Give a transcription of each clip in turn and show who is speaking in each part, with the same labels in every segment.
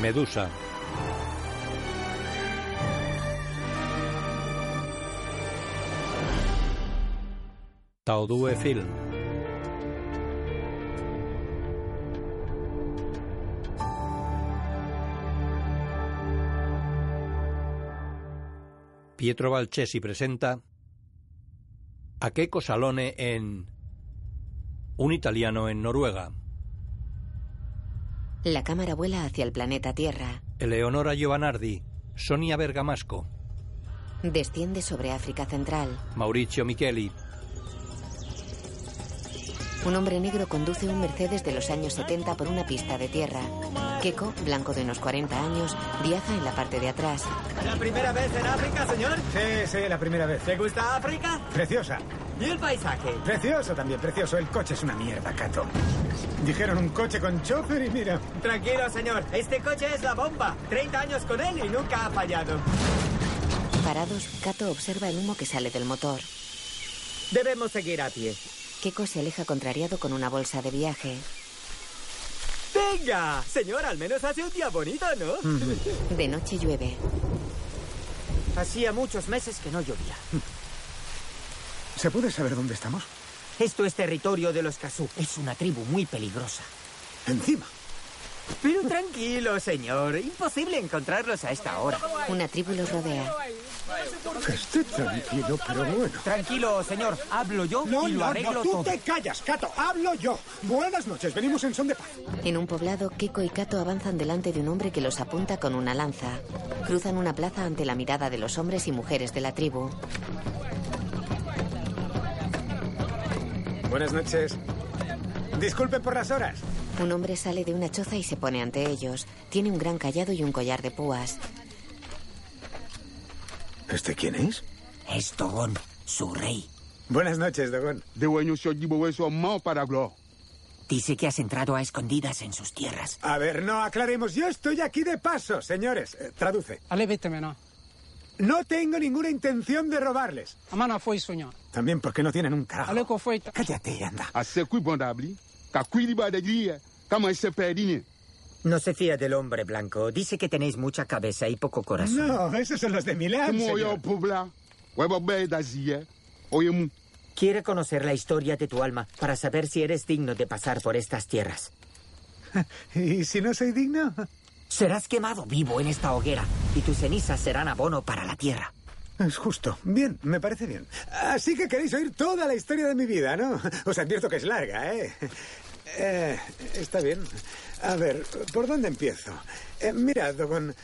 Speaker 1: Medusa. Taudue Film. Pietro Valchesi presenta a Keiko Salone en Un italiano en Noruega.
Speaker 2: La cámara vuela hacia el planeta Tierra.
Speaker 1: Eleonora Giovanardi, Sonia Bergamasco,
Speaker 2: Desciende sobre África Central.
Speaker 1: Mauricio Micheli,
Speaker 2: Un hombre negro conduce un Mercedes de los años 70 por una pista de tierra. Keiko, blanco de unos 40 años, viaja en la parte de atrás.
Speaker 3: ¿La primera vez en África, señor?
Speaker 4: Sí, sí, la primera vez.
Speaker 3: ¿Te gusta África?
Speaker 4: Preciosa.
Speaker 3: ¿Y el paisaje?
Speaker 4: Precioso también, precioso. El coche es una mierda, Cato. Dijeron un coche con chofer y mira.
Speaker 3: Tranquilo, señor. Este coche es la bomba. 30 años con él y nunca ha fallado.
Speaker 2: Parados, Kato observa el humo que sale del motor.
Speaker 3: Debemos seguir a pie.
Speaker 2: Keiko se aleja contrariado con una bolsa de viaje.
Speaker 3: ¡Venga! Señor, al menos hace un día bonito, ¿no?
Speaker 2: De noche llueve.
Speaker 3: Hacía muchos meses que no llovía.
Speaker 4: ¿Se puede saber dónde estamos?
Speaker 3: Esto es territorio de los Kazú. Es una tribu muy peligrosa.
Speaker 4: Encima.
Speaker 3: Pero tranquilo, señor. Imposible encontrarlos a esta hora.
Speaker 2: Una tribu los rodea.
Speaker 4: Que esté Este tranquilo, pero bueno.
Speaker 3: Tranquilo, señor. Hablo yo
Speaker 4: No,
Speaker 3: y lo
Speaker 4: no,
Speaker 3: arreglo
Speaker 4: no, tú
Speaker 3: todo.
Speaker 4: te callas, Cato. Hablo yo. Buenas noches, venimos en son de paz.
Speaker 2: En un poblado, Keiko y Kato avanzan delante de un hombre que los apunta con una lanza. Cruzan una plaza ante la mirada de los hombres y mujeres de la tribu.
Speaker 4: Buenas noches. Disculpen por las horas.
Speaker 2: Un hombre sale de una choza y se pone ante ellos. Tiene un gran callado y un collar de púas.
Speaker 4: ¿Este quién es?
Speaker 3: Es Togón, su rey.
Speaker 4: Buenas noches, Dogón.
Speaker 5: De bueno, yo llevo eso mano para hablar.
Speaker 3: Dice que has entrado a escondidas en sus tierras.
Speaker 4: A ver, no aclaremos. Yo estoy aquí de paso, señores. Eh, traduce.
Speaker 6: Ale veteme, no.
Speaker 4: No tengo ninguna intención de robarles.
Speaker 6: A mano foi suño.
Speaker 4: También porque no tienen un
Speaker 6: Ale
Speaker 4: carajo.
Speaker 6: ko foi ta.
Speaker 4: Cállate, anda.
Speaker 5: A se cui bondabli, ca cui liba de grie, ca mai se perine.
Speaker 7: No se fía del hombre blanco. Dice que tenéis mucha cabeza y poco corazón.
Speaker 4: No, esos son los de Milán,
Speaker 5: Como yo
Speaker 4: señor.
Speaker 5: pobla, huevo be da zie, oye mu.
Speaker 7: Quiere conocer la historia de tu alma para saber si eres digno de pasar por estas tierras.
Speaker 4: ¿Y si no soy digno?
Speaker 7: Serás quemado vivo en esta hoguera y tus cenizas serán abono para la tierra.
Speaker 4: Es justo. Bien, me parece bien. Así que queréis oír toda la historia de mi vida, ¿no? Os advierto que es larga, ¿eh? Eh, está bien. A ver, ¿por dónde empiezo? Eh, mira, Dogon,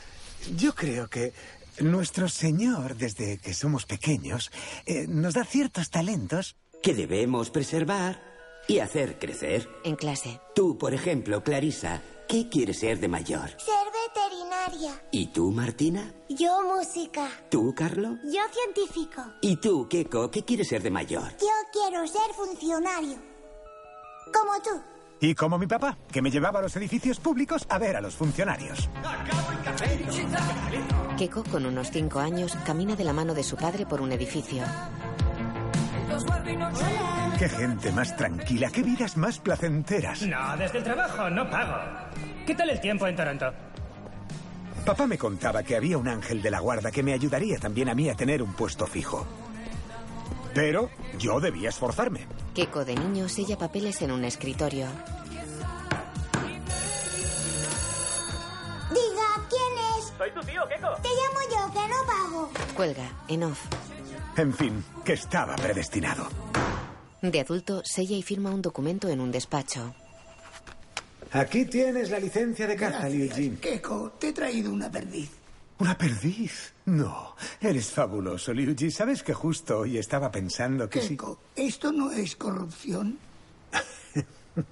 Speaker 4: yo creo que nuestro señor, desde que somos pequeños, eh, nos da ciertos talentos.
Speaker 8: que debemos preservar y hacer crecer.
Speaker 2: En clase,
Speaker 8: Tú, por ejemplo, Clarisa, ¿qué quieres ser de mayor?
Speaker 9: Ser veterinaria.
Speaker 8: ¿Y tú, Martina?
Speaker 9: Yo música.
Speaker 8: ¿Tú, Carlo?
Speaker 9: Yo científico.
Speaker 8: ¿Y tú, Keiko, qué quieres ser de mayor?
Speaker 9: Yo quiero ser funcionario. Como tú.
Speaker 4: Y como mi papá, que me llevaba a los edificios públicos a ver a los funcionarios.
Speaker 2: Keiko, con unos 5 años, camina de la mano de su padre por un edificio.
Speaker 4: Qué gente más tranquila, qué vidas más placenteras.
Speaker 10: No, desde el trabajo no pago. ¿Qué tal el tiempo en Toronto?
Speaker 4: Papá me contaba que había un ángel de la guarda que me ayudaría también a mí a tener un puesto fijo. Pero yo debía esforzarme.
Speaker 2: Keiko, de niño, sella papeles en un escritorio.
Speaker 9: Diga, ¿quién es?
Speaker 10: Soy tu tío, Keiko.
Speaker 9: Te llamo yo, que no pago.
Speaker 2: Cuelga, en off.
Speaker 4: En fin, que estaba predestinado.
Speaker 2: De adulto, sella y firma un documento en un despacho.
Speaker 4: Aquí tienes la licencia de caza, Liu Jin.
Speaker 11: Keiko, te he traído una perdiz.
Speaker 4: ¿Una perdiz? No, eres fabuloso, Liuji. ¿Sabes que justo hoy estaba pensando que sí?
Speaker 11: Keiko, ¿esto no es corrupción?
Speaker 4: Esto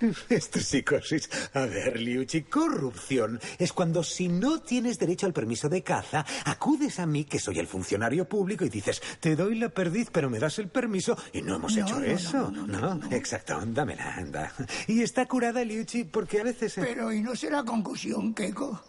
Speaker 4: es Este psicosis. A ver, Liuchi, corrupción es cuando si no tienes derecho al permiso de caza, acudes a mí, que soy el funcionario público, y dices, te doy la perdiz, pero me das el permiso, y no hemos
Speaker 11: No,
Speaker 4: hecho
Speaker 11: no, no,
Speaker 4: eso.
Speaker 11: no, no, no, no.
Speaker 4: exacto, dámela, anda. Y está curada, Liuchi, porque a veces... eh,
Speaker 11: Pero ¿y no será concusión, Keiko?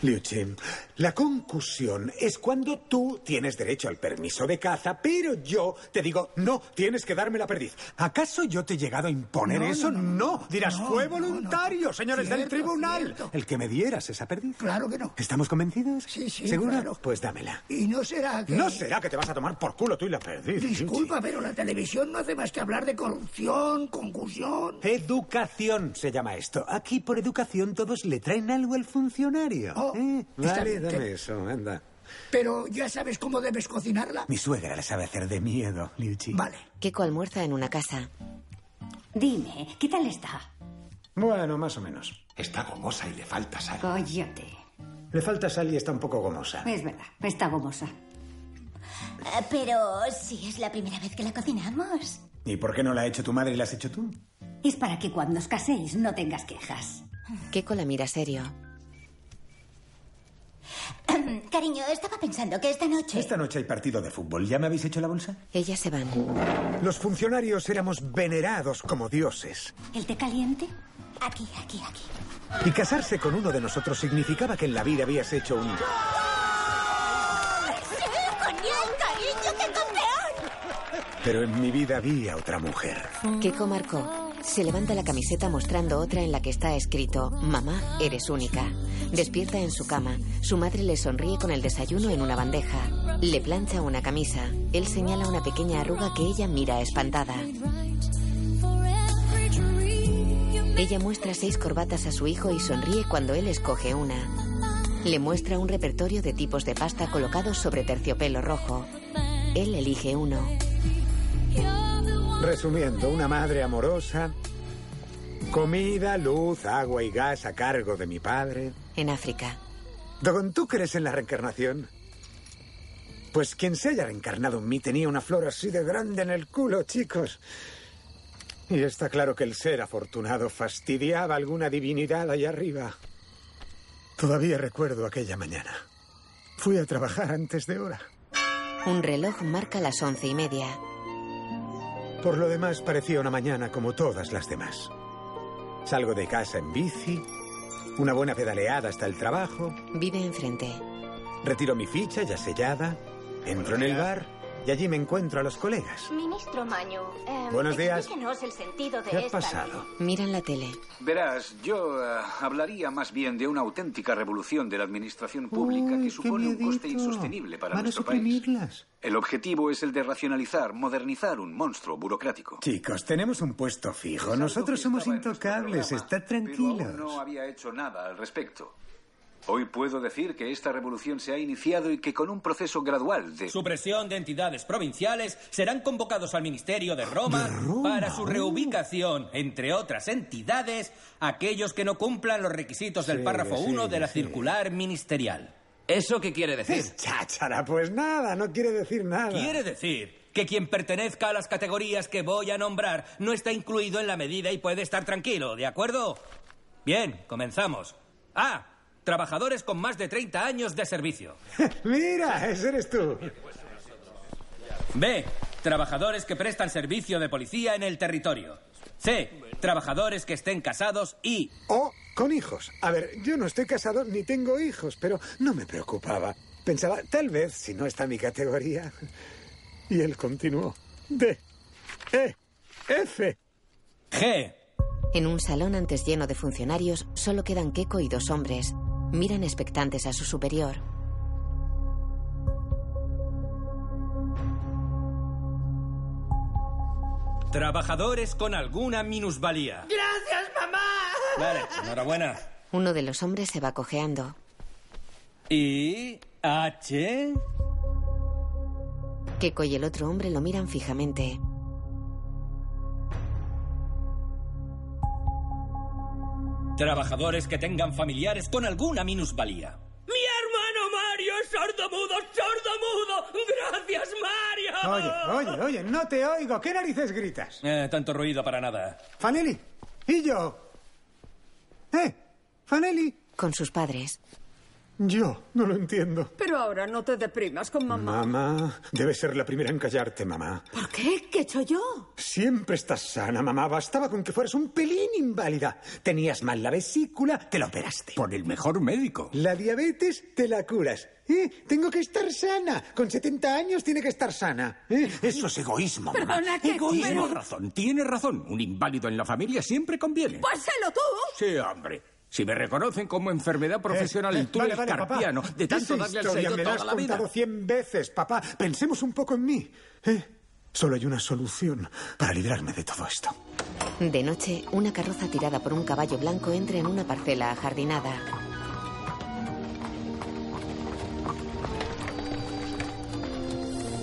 Speaker 4: Liu Qin, la concusión es cuando tú tienes derecho al permiso de caza, pero yo te digo, no, tienes que darme la perdiz. ¿Acaso yo te he llegado a imponer
Speaker 6: No,
Speaker 4: eso?
Speaker 6: no,
Speaker 4: No,
Speaker 6: no,
Speaker 4: dirás,
Speaker 6: no,
Speaker 4: fue
Speaker 6: no,
Speaker 4: voluntario,
Speaker 6: no.
Speaker 4: señores del
Speaker 6: Cierto,
Speaker 4: tribunal.
Speaker 6: cierto.
Speaker 4: El que me dieras esa perdiz.
Speaker 6: Claro que no.
Speaker 4: ¿Estamos convencidos?
Speaker 6: Sí, sí,
Speaker 4: ¿Seguro?
Speaker 6: claro.
Speaker 4: Pues dámela.
Speaker 6: Y no será que...
Speaker 4: No será que te vas a tomar por culo tú y la perdiz. Liu Qin.
Speaker 6: Disculpa, pero la televisión no hace más que hablar de corrupción, concusión...
Speaker 4: Educación se llama esto. Aquí por educación todos le traen algo al funcionario.
Speaker 6: Oh,
Speaker 4: ¿eh?
Speaker 6: está
Speaker 4: Vale,
Speaker 6: bien,
Speaker 4: dame
Speaker 6: te-
Speaker 4: eso, anda.
Speaker 6: Pero ya sabes cómo debes cocinarla.
Speaker 4: Mi suegra la sabe hacer de miedo, Liu Qi.
Speaker 6: Vale.
Speaker 2: Keiko almuerza en una casa.
Speaker 12: Dime, ¿qué tal está?
Speaker 4: Bueno, más o menos.
Speaker 13: Está gomosa y le falta sal.
Speaker 12: Coyote.
Speaker 4: Le falta sal y está un poco gomosa.
Speaker 12: Es verdad, está gomosa.
Speaker 14: Ah, Pero si es la primera vez que la cocinamos.
Speaker 4: ¿Y por qué no la ha hecho tu madre y la has hecho tú?
Speaker 12: Es para que cuando os caséis no tengas quejas.
Speaker 2: Keiko la mira serio.
Speaker 14: Cariño, estaba pensando que esta noche...
Speaker 4: Esta noche hay partido de fútbol. ¿Ya me habéis hecho la bolsa?
Speaker 2: Ellas se van.
Speaker 4: Los funcionarios éramos venerados como dioses.
Speaker 12: ¿El té caliente?
Speaker 14: Aquí, aquí, aquí.
Speaker 4: Y casarse con uno de nosotros significaba que en la vida habías hecho un...
Speaker 14: ¡Sí, genial, cariño! ¡Qué campeón!
Speaker 4: Pero en mi vida había otra mujer.
Speaker 2: Keiko marcó. Se levanta la camiseta mostrando otra en la que está escrito Mamá, eres única. Despierta en su cama. Su madre le sonríe con el desayuno en una bandeja. Le plancha una camisa. Él señala una pequeña arruga que ella mira espantada. Ella muestra seis corbatas a su hijo y sonríe cuando él escoge una. Le muestra un repertorio de tipos de pasta colocados sobre terciopelo rojo. Él elige uno.
Speaker 4: Resumiendo, una madre amorosa, comida, luz, agua y gas a cargo de mi padre.
Speaker 2: En África.
Speaker 4: Dogon, ¿tú crees en la reencarnación? Pues quien se haya reencarnado en mí tenía una flor así de grande en el culo, chicos. Y está claro que el ser afortunado fastidiaba alguna divinidad allá arriba. Todavía recuerdo aquella mañana. Fui a trabajar antes de hora.
Speaker 2: Un reloj marca las once y media.
Speaker 4: Por lo demás, parecía una mañana como todas las demás. Salgo de casa en bici, una buena pedaleada hasta el trabajo,
Speaker 2: Vive enfrente.
Speaker 4: retiro mi ficha ya sellada, entro en el bar y allí me encuentro a los colegas.
Speaker 14: Ministro Maño, Eh,
Speaker 4: Buenos días.
Speaker 14: el sentido
Speaker 4: ¿Qué ha pasado?
Speaker 2: Miran la tele.
Speaker 15: Verás, yo eh, hablaría más bien de una auténtica revolución de la administración pública
Speaker 4: Uy,
Speaker 15: que supone
Speaker 4: qué
Speaker 15: un coste
Speaker 4: miedito.
Speaker 15: insostenible para
Speaker 4: Van a
Speaker 15: nuestro país.
Speaker 4: suprimirlas.
Speaker 15: El objetivo es el de racionalizar, modernizar un monstruo burocrático.
Speaker 4: Chicos, tenemos un puesto
Speaker 15: Pues
Speaker 4: fijo. Nosotros somos intocables. Estad
Speaker 15: Pero aún
Speaker 4: tranquilos.
Speaker 15: no había hecho nada al respecto. Hoy puedo decir que esta revolución se ha iniciado y que con un proceso gradual de...
Speaker 16: Supresión de entidades provinciales serán convocados al Ministerio de Roma, para su reubicación, entre otras entidades, aquellos que no cumplan los requisitos del
Speaker 4: Sí,
Speaker 16: párrafo
Speaker 4: sí,
Speaker 16: 1 de la circular ministerial. ¿Eso qué quiere decir?
Speaker 4: Cháchara, pues nada, no quiere decir nada.
Speaker 16: Quiere decir que quien pertenezca a las categorías que voy a nombrar no está incluido en la medida y puede estar tranquilo, ¿de acuerdo? Bien, comenzamos. A. Trabajadores con más de 30 años de servicio.
Speaker 4: Mira, ese eres tú.
Speaker 16: B. Trabajadores que prestan servicio de policía en el territorio. C. Trabajadores que estén casados y...
Speaker 4: O con hijos. A ver, yo no estoy casado ni tengo hijos, pero no me preocupaba. Pensaba, tal vez si no está mi categoría. Y él continuó. D, E, F.
Speaker 16: G.
Speaker 2: En un salón antes lleno de funcionarios, solo quedan Keiko y dos hombres. Miran expectantes a su superior.
Speaker 16: Trabajadores con alguna minusvalía.
Speaker 6: ¡Gracias, mamá!
Speaker 16: Vale, enhorabuena.
Speaker 2: Uno de los hombres se va cojeando.
Speaker 16: Y... H.
Speaker 2: Keiko y el otro hombre lo miran fijamente.
Speaker 16: Trabajadores que tengan familiares con alguna minusvalía.
Speaker 1: Mi hermano Mario es sordo mudo, sordo mudo. Gracias, Mario.
Speaker 4: Oye, oye, oye, no te oigo. ¿Qué narices gritas?
Speaker 16: Eh, tanto ruido para nada.
Speaker 4: Fanelli. ¿Y yo? ¿Eh? Fanelli.
Speaker 2: Con sus padres.
Speaker 4: Yo no lo entiendo.
Speaker 9: Pero ahora no te deprimas con mamá.
Speaker 4: Mamá, debes ser la primera en callarte, mamá.
Speaker 9: ¿Por qué? ¿Qué he hecho yo?
Speaker 4: Siempre estás sana, mamá. Bastaba con que fueras un pelín inválida. Tenías mal la vesícula, te la operaste.
Speaker 17: Por el mejor médico.
Speaker 4: La diabetes te la curas. ¿Eh? Tengo que estar sana. Con 70 años tiene que estar sana. ¿Eh?
Speaker 17: Eso es egoísmo, mamá.
Speaker 9: Perdona, ¿qué
Speaker 17: Egoísmo.
Speaker 9: pero-
Speaker 17: razón, tiene razón. Un inválido en la familia siempre conviene.
Speaker 9: Pues sélo tú.
Speaker 17: Sí, hombre. Si me reconocen como enfermedad profesional
Speaker 4: Eh,
Speaker 17: y
Speaker 4: eh,
Speaker 17: tú
Speaker 4: vale,
Speaker 17: eres
Speaker 4: vale, papá.
Speaker 17: carpiano, de tanto
Speaker 4: Esa
Speaker 17: darle al
Speaker 4: historia
Speaker 17: sello
Speaker 4: me la has
Speaker 17: toda la vida.
Speaker 4: contado cien veces, papá. Pensemos un poco en mí. ¿eh? Solo hay una solución para librarme de todo esto.
Speaker 2: De noche, una carroza tirada por un caballo blanco entra en una parcela ajardinada.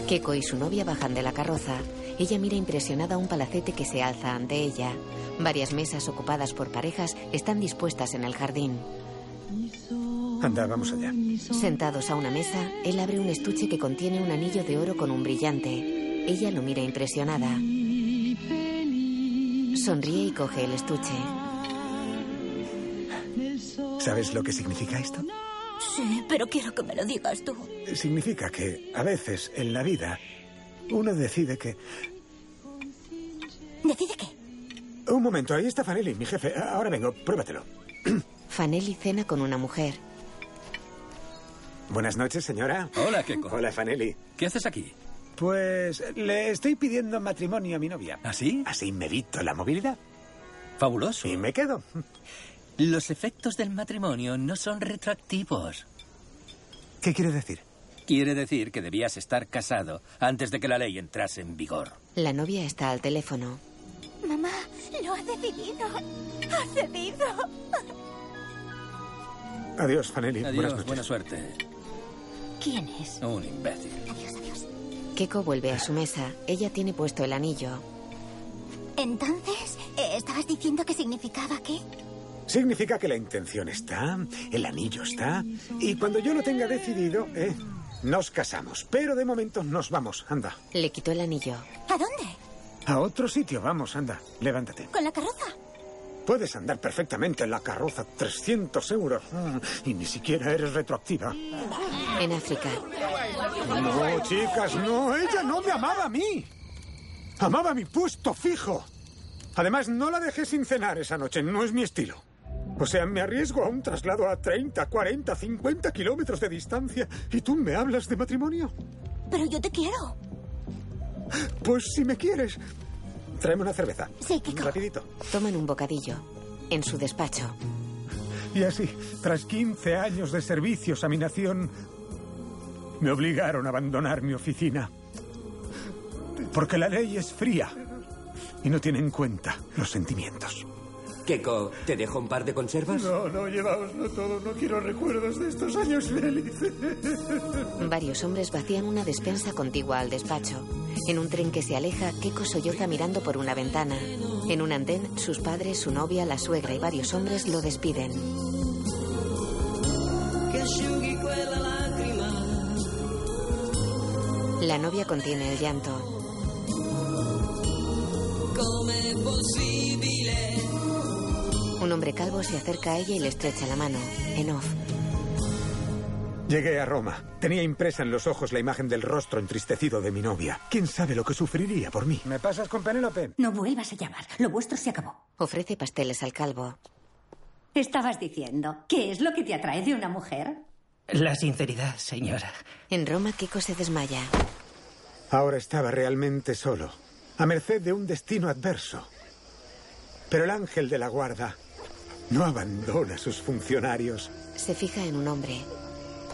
Speaker 2: Keko y su novia bajan de la carroza. Ella mira impresionada un palacete que se alza ante ella. Varias mesas ocupadas por parejas están dispuestas en el jardín.
Speaker 4: Anda, vamos allá.
Speaker 2: Sentados a una mesa, él abre un estuche que contiene un anillo de oro con un brillante. Ella lo mira impresionada. Sonríe y coge el estuche.
Speaker 4: ¿Sabes lo que significa esto?
Speaker 14: Sí, pero quiero que me lo digas tú.
Speaker 4: Significa que a veces en la vida uno decide que...
Speaker 14: ¿Decide qué?
Speaker 4: Un momento, ahí está Fanelli, mi jefe. Ah, Ahora vengo, pruébatelo.
Speaker 2: Fanelli cena con una mujer.
Speaker 4: Buenas noches, señora.
Speaker 16: Hola, Keiko.
Speaker 4: Hola, Fanelli.
Speaker 16: ¿Qué haces aquí?
Speaker 4: Pues le estoy pidiendo matrimonio a mi novia.
Speaker 16: ¿Así?
Speaker 4: Así me evito la movilidad.
Speaker 16: ¿Ah, Fabuloso.
Speaker 4: Y me quedo.
Speaker 16: Los efectos del matrimonio no son retroactivos.
Speaker 4: ¿Qué quiere decir?
Speaker 16: Quiere decir que debías estar casado antes de que la ley entrase en vigor.
Speaker 2: La novia está al teléfono.
Speaker 14: Mamá, lo has decidido. Has cedido.
Speaker 4: Adiós, Fanelli.
Speaker 16: Adiós,
Speaker 4: Buenas noches.
Speaker 16: buena suerte.
Speaker 14: ¿Quién es?
Speaker 16: Un imbécil.
Speaker 2: Keko vuelve a su mesa. Ella tiene puesto el anillo.
Speaker 14: Entonces, eh, ¿estabas diciendo que significaba qué?
Speaker 4: Significa que la intención está, el anillo está, y cuando yo lo tenga decidido, eh, nos casamos. Pero de momento nos vamos, anda.
Speaker 2: Le quitó el anillo.
Speaker 14: ¿A dónde?
Speaker 4: A otro sitio, vamos, anda. Levántate.
Speaker 14: ¿Con la carroza?
Speaker 4: Puedes andar perfectamente en la carroza, 300 euros. Mm, Y ni siquiera eres retroactiva.
Speaker 2: En África.
Speaker 4: No, chicas, no. Ella no me amaba a mí. Amaba mi puesto fijo. Además, no la dejé sin cenar esa noche. No es mi estilo. O sea, me arriesgo a un traslado a 30, 40, 50 kilómetros de distancia. ¿Y tú me hablas de matrimonio?
Speaker 14: Pero yo te quiero.
Speaker 4: Pues si me quieres, tráeme una cerveza.
Speaker 14: Sí,
Speaker 4: Rapidito.
Speaker 2: Toman un bocadillo. En su despacho.
Speaker 4: Y así, tras 15 años de servicios a mi nación, me obligaron a abandonar mi oficina. Porque la ley es fría y no tiene en cuenta los sentimientos.
Speaker 3: Keko, ¿te dejo un par de conservas?
Speaker 4: No, no, lleváoslo todo. No quiero recuerdos de estos años felices.
Speaker 2: Varios hombres vacían una despensa contigua al despacho. En un tren que se aleja, Keko solloza mirando por una ventana. En un andén, sus padres, su novia, la suegra y varios hombres lo despiden.
Speaker 1: Che asciughi quella lacrima.
Speaker 2: La novia contiene el llanto.
Speaker 1: Com'è possibile?
Speaker 2: Un hombre calvo se acerca a ella y le estrecha la mano. En off.
Speaker 4: Llegué a Roma. Tenía impresa en los ojos la imagen del rostro entristecido de mi novia. ¿Quién sabe lo que sufriría por mí? ¿Me pasas con Penélope?
Speaker 12: No vuelvas a llamar. Lo vuestro se acabó.
Speaker 2: Ofrece pasteles al calvo.
Speaker 12: Estabas diciendo, ¿qué es lo que te atrae de una mujer?
Speaker 18: La sinceridad, señora.
Speaker 2: En Roma, Keko se desmaya.
Speaker 4: Ahora estaba realmente solo, a merced de un destino adverso. Pero el ángel de la guarda no abandona a sus funcionarios.
Speaker 2: Se fija en un hombre.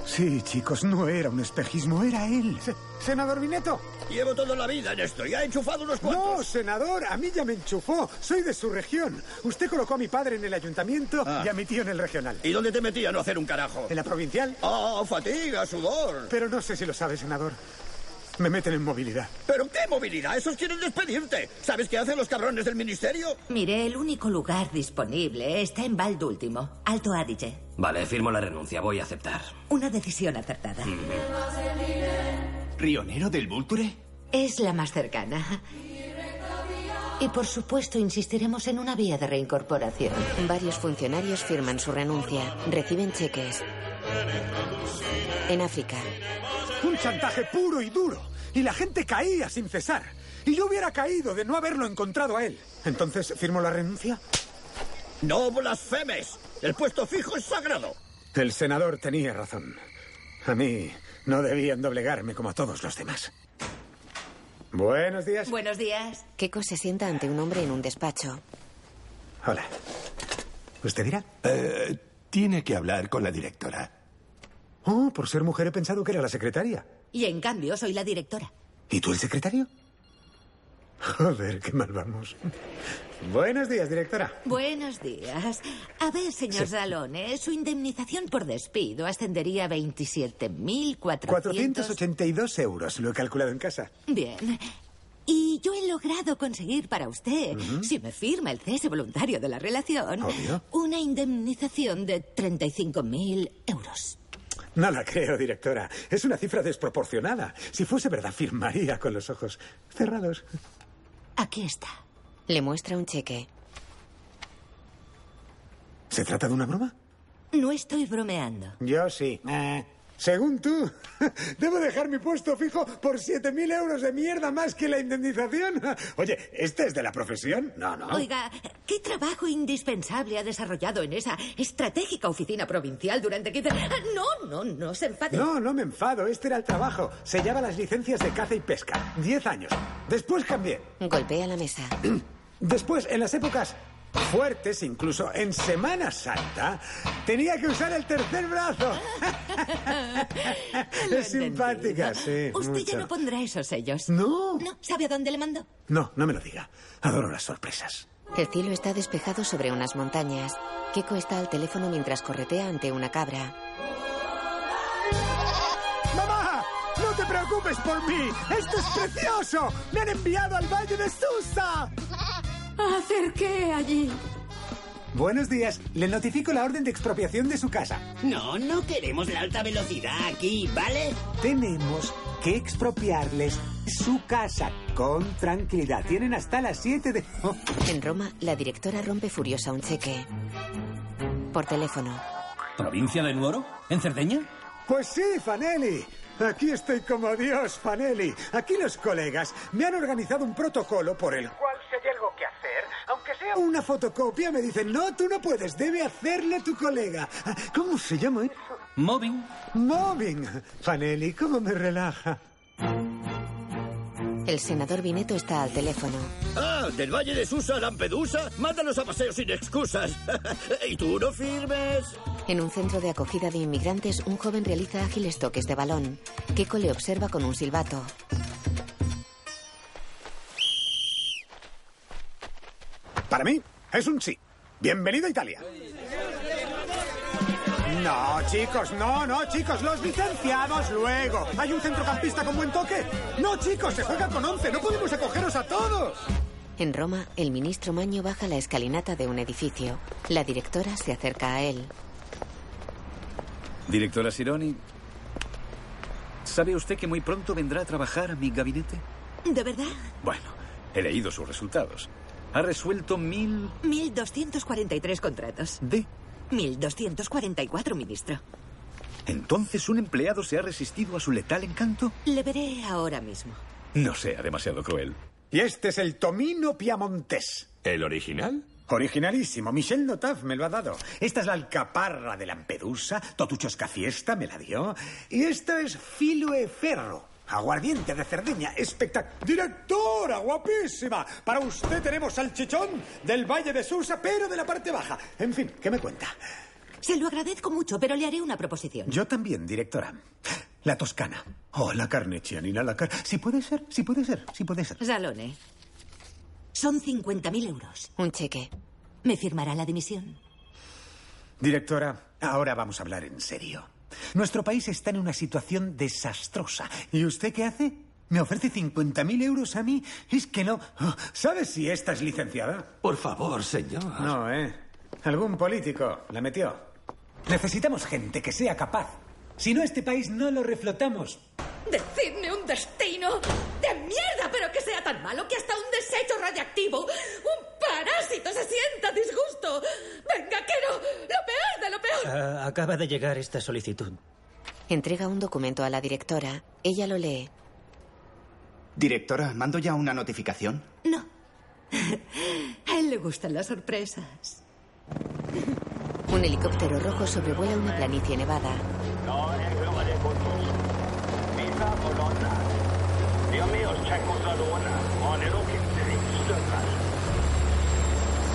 Speaker 4: Sí, chicos, no era un espejismo, era él. senador Vineto.
Speaker 6: Llevo toda la vida en esto y ha enchufado unos cuantos.
Speaker 4: No, senador, a mí ya me enchufó. Soy de su región. Usted colocó a mi padre en el ayuntamiento
Speaker 6: Ah.
Speaker 4: y a mi tío en el regional.
Speaker 6: ¿Y dónde te metía no hacer un carajo?
Speaker 4: En la provincial.
Speaker 6: Oh, fatiga, sudor.
Speaker 4: Pero no sé si lo sabe, senador. Me meten en movilidad.
Speaker 6: ¿Pero qué movilidad? Esos quieren despedirte. ¿Sabes qué hacen los cabrones del ministerio?
Speaker 19: Mire, el único lugar disponible está en Valdo Último, Alto Adige.
Speaker 3: Vale, firmo la renuncia, voy a aceptar.
Speaker 19: Una decisión acertada.
Speaker 13: ¿Rionero del Vulture?
Speaker 19: Es la más cercana. Y por supuesto insistiremos en una vía de reincorporación.
Speaker 2: Varios funcionarios firman su renuncia. Reciben cheques. En África,
Speaker 4: Un chantaje puro y duro. Y la gente caía sin cesar. Y yo hubiera caído de no haberlo encontrado a él. Entonces, ¿firmo la renuncia?
Speaker 20: ¡No blasfemes! ¡El puesto fijo es sagrado!
Speaker 4: El senador tenía razón. A mí no debían doblegarme como a todos los demás. Buenos días.
Speaker 19: Buenos días.
Speaker 2: Keiko se sienta ante un hombre en un despacho.
Speaker 4: Hola. ¿Usted dirá?
Speaker 13: Eh, tiene que hablar con la directora.
Speaker 4: Oh, por ser mujer he pensado que era la secretaria.
Speaker 19: Y en cambio, soy la directora.
Speaker 4: ¿Y tú el secretario? Joder, qué mal vamos. Buenos días, directora.
Speaker 19: Buenos días. A ver, señor
Speaker 4: Sí.
Speaker 19: Salone, su indemnización por despido ascendería a 27.400.
Speaker 4: 482 euros, lo he calculado en casa.
Speaker 19: Bien. Y yo he logrado conseguir para usted, si me firma el cese voluntario de la relación,
Speaker 4: Obvio.
Speaker 19: una indemnización de 35.000 euros.
Speaker 4: No la creo, directora. Es una cifra desproporcionada. Si fuese verdad, firmaría con los ojos cerrados.
Speaker 19: Aquí está.
Speaker 2: Le muestra un cheque.
Speaker 4: ¿Se trata de una broma?
Speaker 19: No estoy bromeando.
Speaker 4: Yo sí. Eh, según tú, debo dejar mi puesto fijo por 7.000 euros de mierda más que la indemnización. Oye, ¿este es de la profesión? No, no.
Speaker 19: Oiga, ¿qué trabajo indispensable ha desarrollado en esa estratégica oficina provincial durante 15 ¡Ah, No, no, no se enfade.
Speaker 4: No, no me enfado. Este era el trabajo. Sellaba las licencias de caza y pesca. Diez años. Después cambié.
Speaker 2: Golpea la mesa.
Speaker 4: Después, en las épocas fuertes, incluso en Semana Santa, tenía que usar el tercer brazo. es simpática, sí.
Speaker 19: Usted ya
Speaker 4: mucho.
Speaker 19: no pondrá esos sellos.
Speaker 4: No.
Speaker 19: No, ¿sabe a dónde le mando?
Speaker 4: No, no me lo diga. Adoro las sorpresas.
Speaker 2: El cielo está despejado sobre unas montañas. Keiko está al teléfono mientras corretea ante una cabra.
Speaker 4: ¡Mamá! ¡No te preocupes por mí! ¡Esto es precioso! ¡Me han enviado al Valle de Susa!
Speaker 9: Acerqué allí.
Speaker 4: Buenos días. Le notifico la orden de expropiación de su casa.
Speaker 3: No, no queremos la alta velocidad aquí, ¿vale?
Speaker 4: Tenemos que expropiarles su casa con tranquilidad. Tienen hasta las 7 de...
Speaker 2: En Roma, la directora rompe furiosa un cheque. Por teléfono.
Speaker 16: ¿Provincia de Nuoro? ¿En Cerdeña?
Speaker 4: Pues sí, Fanelli. Aquí estoy como Dios, Fanelli. Aquí los colegas me han organizado un protocolo por el cual si hay algo que hacer, aunque sea una fotocopia, me dicen, no, tú no puedes, debe hacerlo tu colega. Ah, ¿Cómo se llama eso?
Speaker 16: Mobbing.
Speaker 4: Mobbing. Fanelli, ¿cómo me relaja?
Speaker 2: El senador Bineto está al teléfono.
Speaker 20: Ah, del Valle de Susa a Lampedusa. Mándanos a paseo sin excusas. ¿Y tú no firmes?
Speaker 2: En un centro de acogida de inmigrantes, un joven realiza ágiles toques de balón. Keiko le observa con un silbato.
Speaker 4: Para mí, es un sí. Bienvenido a Italia. No, chicos, no, no, chicos, los licenciados luego. ¿Hay un centrocampista con buen toque? No, chicos, se juega con 11, no podemos acogeros a todos.
Speaker 2: En Roma, el ministro Maño baja la escalinata de un edificio. La directora se acerca a él.
Speaker 15: Directora Sironi, ¿sabe usted que muy pronto vendrá a trabajar a mi gabinete?
Speaker 19: ¿De verdad?
Speaker 15: Bueno, he leído sus resultados. Ha resuelto mil...
Speaker 19: 1.243 contratos.
Speaker 15: ¿De?
Speaker 19: 1.244, ministro.
Speaker 15: ¿Entonces un empleado se ha resistido a su letal encanto?
Speaker 19: Le veré ahora mismo.
Speaker 15: No sea demasiado cruel.
Speaker 4: Y este es el Tomino Piamontés.
Speaker 13: ¿El original?
Speaker 4: Originalísimo. Michel Notaf me lo ha dado. Esta es la alcaparra de Lampedusa. Totuchosca Fiesta me la dio. Y esto es Filue Ferro. Aguardiente de Cerdeña. Espectacular. Directora, guapísima. Para usted tenemos salchichón del Valle de Susa, pero de la parte baja. En fin, ¿qué me cuenta?
Speaker 19: Se lo agradezco mucho, pero le haré una proposición.
Speaker 4: Yo también, directora. La toscana. Oh, la carne chianina, la carne. Si puede ser, si puede ser, si puede ser.
Speaker 19: Salone. Son 50.000 euros.
Speaker 2: Un cheque.
Speaker 19: ¿Me firmará la dimisión?
Speaker 4: Directora, ahora vamos a hablar en serio. Nuestro país está en una situación desastrosa. ¿Y usted qué hace? ¿Me ofrece 50.000 euros a mí? Es que no. Oh, ¿Sabes si esta es licenciada?
Speaker 13: Por favor, señor.
Speaker 4: No, ¿eh? Algún político la metió. Necesitamos gente que sea capaz. Si no, este país no lo reflotamos.
Speaker 1: Decidme un destino de mierda, pero que sea tan malo que hasta un desecho radiactivo, un
Speaker 21: parásito se sienta disgusto. Venga, quiero lo peor de lo peor.
Speaker 10: Ah, acaba de llegar esta solicitud.
Speaker 2: Entrega un documento a la directora. Ella lo lee.
Speaker 22: Directora, ¿mando ya una notificación?
Speaker 19: No. A él le gustan las sorpresas.
Speaker 2: Un helicóptero rojo sobrevuela una planicie nevada.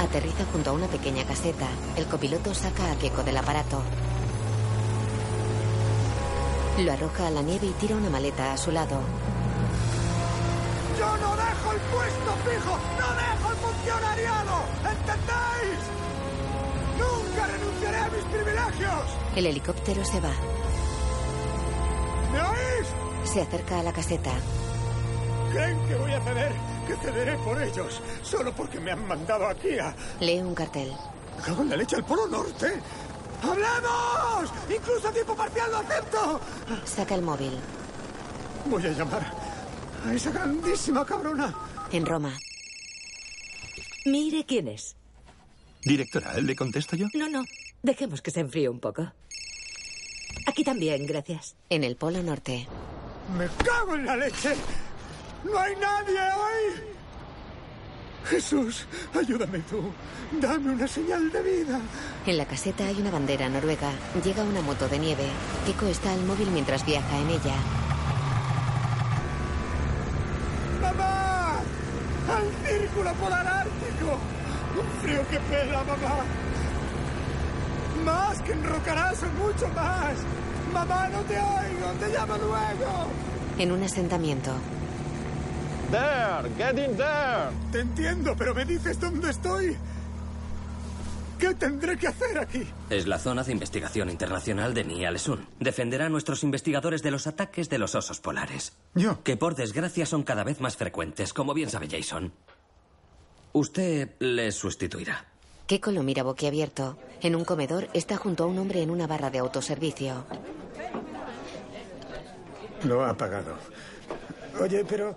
Speaker 2: Aterriza junto a una pequeña caseta. El copiloto saca a Keiko del aparato. Lo arroja a la nieve y tira una maleta a su lado.
Speaker 6: ¡Yo no dejo el puesto fijo! ¡No dejo el funcionariado! ¿Entendéis? ¡Nunca renunciaré a mis privilegios!
Speaker 2: El helicóptero se va.
Speaker 6: ¿Me oís?
Speaker 2: Se acerca a la caseta.
Speaker 6: ¿Creen que voy a ceder? Que cederé por ellos, solo porque me han mandado aquí a...
Speaker 2: Lee un cartel.
Speaker 6: ¡Cago en la leche al Polo Norte! ¡Hablemos! ¡Incluso a tiempo parcial lo acepto!
Speaker 2: Saca el móvil.
Speaker 6: Voy a llamar a esa grandísima cabrona.
Speaker 2: En Roma.
Speaker 19: Mire quién es.
Speaker 13: Directora, ¿le contesto yo?
Speaker 19: No, no. Dejemos que se enfríe un poco. Aquí también, gracias.
Speaker 2: En el Polo Norte.
Speaker 6: ¡Me cago en la leche! ¡No hay nadie hoy! Jesús, ayúdame tú. Dame una señal de vida.
Speaker 2: En la caseta hay una bandera noruega. Llega una moto de nieve. Kiko está al móvil mientras viaja en ella.
Speaker 6: ¡Mamá! ¡Al círculo polar ártico! ¡Un frío que pela, mamá! ¡Más que enrocarazo, mucho más! ¡Mamá, no te oigo! ¡Te llamo luego!
Speaker 2: En un asentamiento.
Speaker 23: There, get in there.
Speaker 6: Te entiendo, pero ¿me dices dónde estoy? ¿Qué tendré que hacer aquí?
Speaker 24: Es la zona de investigación internacional de Nialesun. Defenderá a nuestros investigadores de los ataques de los osos polares.
Speaker 6: ¿Yo?
Speaker 24: Que por desgracia son cada vez más frecuentes, como bien sabe Jason. Usted les sustituirá.
Speaker 2: Keiko lo mira boquiabierto. En un comedor está junto a un hombre en una barra de autoservicio.
Speaker 4: Lo ha apagado. Oye, pero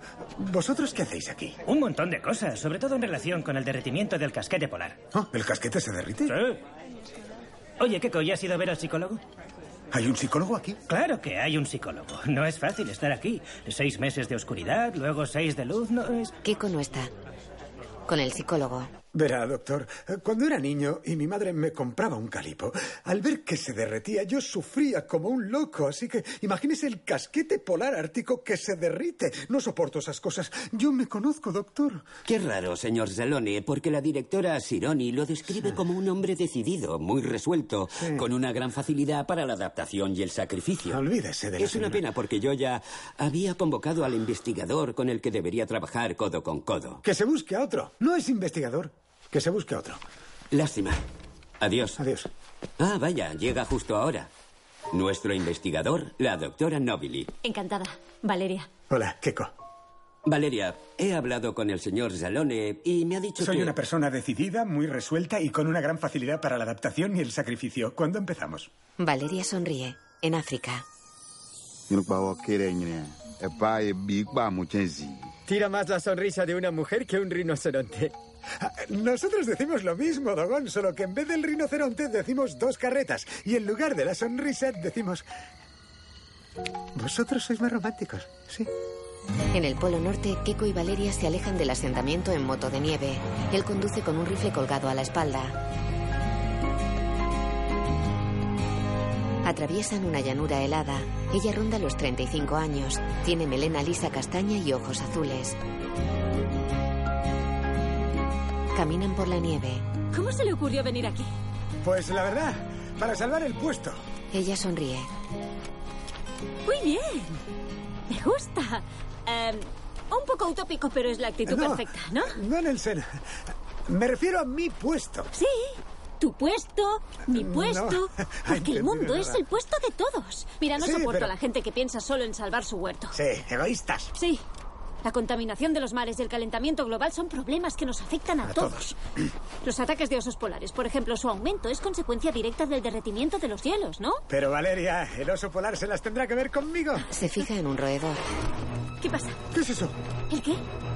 Speaker 4: ¿vosotros qué hacéis aquí?
Speaker 18: Un montón de cosas, sobre todo en relación con el derretimiento del casquete polar.
Speaker 4: Oh, ¿El casquete se derrite?
Speaker 18: Sí. Oye, Keiko, ¿ya has ido a ver al psicólogo?
Speaker 4: ¿Hay un psicólogo aquí?
Speaker 18: Claro que hay un psicólogo. No es fácil estar aquí. Seis meses de oscuridad, luego seis de luz, no es...
Speaker 2: Keiko no está. Con el psicólogo.
Speaker 4: Verá, doctor, cuando era niño y mi madre me compraba un calipo, al ver que se derretía yo sufría como un loco, así que imagínese el casquete polar ártico que se derrite. No soporto esas cosas. Yo me conozco, doctor.
Speaker 3: Qué raro, señor Zelone, porque la directora Sironi lo describe como un hombre decidido, muy resuelto,
Speaker 4: Sí.
Speaker 3: con una gran facilidad para la adaptación y el sacrificio.
Speaker 4: Olvídese de la
Speaker 3: Es una
Speaker 4: señora.
Speaker 3: pena porque yo ya había convocado al investigador con el que debería trabajar codo con codo.
Speaker 4: Que se busque a otro. No es investigador. Que se busque a otro.
Speaker 3: Lástima. Adiós.
Speaker 4: Adiós.
Speaker 3: Ah, vaya, llega justo ahora. Nuestro investigador, la doctora Nobili.
Speaker 25: Encantada, Valeria.
Speaker 4: Hola, Keiko.
Speaker 3: Valeria, he hablado con el señor Zalone y me ha dicho
Speaker 4: Soy
Speaker 3: que...
Speaker 4: una persona decidida, muy resuelta y con una gran facilidad para la adaptación y el sacrificio. ¿Cuándo empezamos?
Speaker 2: Valeria sonríe. En África.
Speaker 26: Tira más la sonrisa de una mujer que un rinoceronte.
Speaker 4: Nosotros decimos lo mismo, Dogón, solo que en vez del rinoceronte decimos dos carretas y en lugar de la sonrisa decimos... Vosotros sois más románticos, sí.
Speaker 2: En el Polo Norte, Keiko y Valeria se alejan del asentamiento en moto de nieve. Él conduce con un rifle colgado a la espalda. Atraviesan una llanura helada. Ella ronda los 35 años. Tiene melena lisa castaña y ojos azules. Caminan por la nieve.
Speaker 25: ¿Cómo se le ocurrió venir aquí?
Speaker 4: Pues la verdad, para salvar el puesto.
Speaker 2: Ella sonríe.
Speaker 25: Muy bien. Me gusta. Em, un poco utópico, pero es la actitud
Speaker 4: No.
Speaker 25: perfecta, ¿no?
Speaker 4: No, Nelson. Me refiero a mi puesto.
Speaker 25: Sí. Tu puesto, mi
Speaker 4: No.
Speaker 25: puesto.
Speaker 4: Ha
Speaker 25: Porque el
Speaker 4: entendido
Speaker 25: mundo es
Speaker 4: nada.
Speaker 25: el puesto de todos. Mira, no
Speaker 4: Sí,
Speaker 25: soporto
Speaker 4: pero-
Speaker 25: a la gente que piensa solo en salvar su huerto.
Speaker 4: Sí, egoístas.
Speaker 25: Sí. La contaminación de los mares y el calentamiento global son problemas que nos afectan a,
Speaker 13: A todos.
Speaker 25: Los ataques de osos polares, por ejemplo, su aumento es consecuencia directa del derretimiento de los hielos, ¿no?
Speaker 4: Pero Valeria, el oso polar se las tendrá que ver conmigo.
Speaker 2: Se fija en un roedor.
Speaker 25: ¿Qué pasa?
Speaker 4: ¿Qué es eso?
Speaker 25: ¿El qué?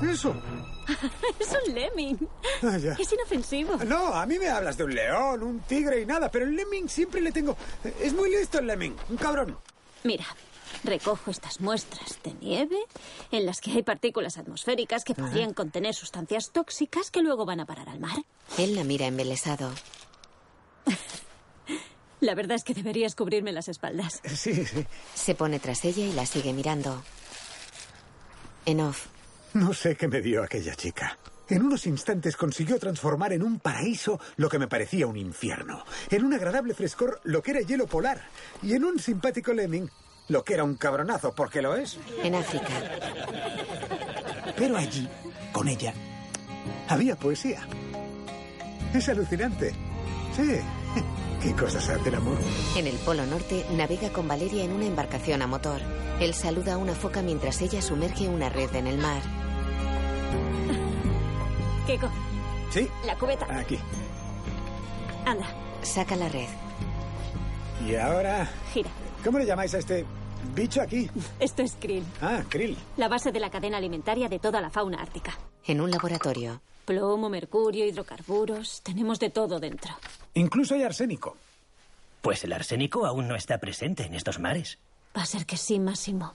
Speaker 4: Eso.
Speaker 25: es un lemming.
Speaker 4: Ah, ya.
Speaker 25: Es inofensivo.
Speaker 4: No, a mí me hablas de un león, un tigre y nada, pero el lemming siempre le tengo... eh, Es muy listo el lemming, un cabrón.
Speaker 25: Mira, recojo estas muestras de nieve en las que hay partículas atmosféricas que podrían contener sustancias tóxicas que luego van a parar al mar.
Speaker 2: Él la mira embelesado.
Speaker 25: La verdad es que deberías cubrirme las espaldas.
Speaker 4: Sí, sí.
Speaker 2: Se pone tras ella y la sigue mirando. En off.
Speaker 4: No sé qué me dio aquella chica. En unos instantes consiguió transformar en un paraíso lo que me parecía un infierno, en un agradable frescor lo que era hielo polar y en un simpático lemming lo que era un cabronazo, porque lo es.
Speaker 2: En África.
Speaker 4: Pero allí, con ella, había poesía. Es alucinante. Sí. ¿Qué cosas hace el amor?
Speaker 2: En el Polo Norte navega con Valeria en una embarcación a motor. Él saluda a una foca mientras ella sumerge una red en el mar.
Speaker 25: Keiko,
Speaker 4: Sí,
Speaker 25: la cubeta.
Speaker 4: aquí.
Speaker 25: Anda,
Speaker 2: Saca la red.
Speaker 4: Y ahora,
Speaker 25: gira.
Speaker 4: ¿cómo le llamáis a este bicho aquí?
Speaker 25: Esto es krill,
Speaker 4: Ah, krill.
Speaker 25: la base de la cadena alimentaria de toda la fauna ártica.
Speaker 2: En un laboratorio.
Speaker 25: Plomo, mercurio, hidrocarburos, tenemos de todo dentro.
Speaker 4: Incluso hay arsénico.
Speaker 10: Pues el arsénico aún no está presente en estos mares.
Speaker 25: Va a ser que sí, Máximo.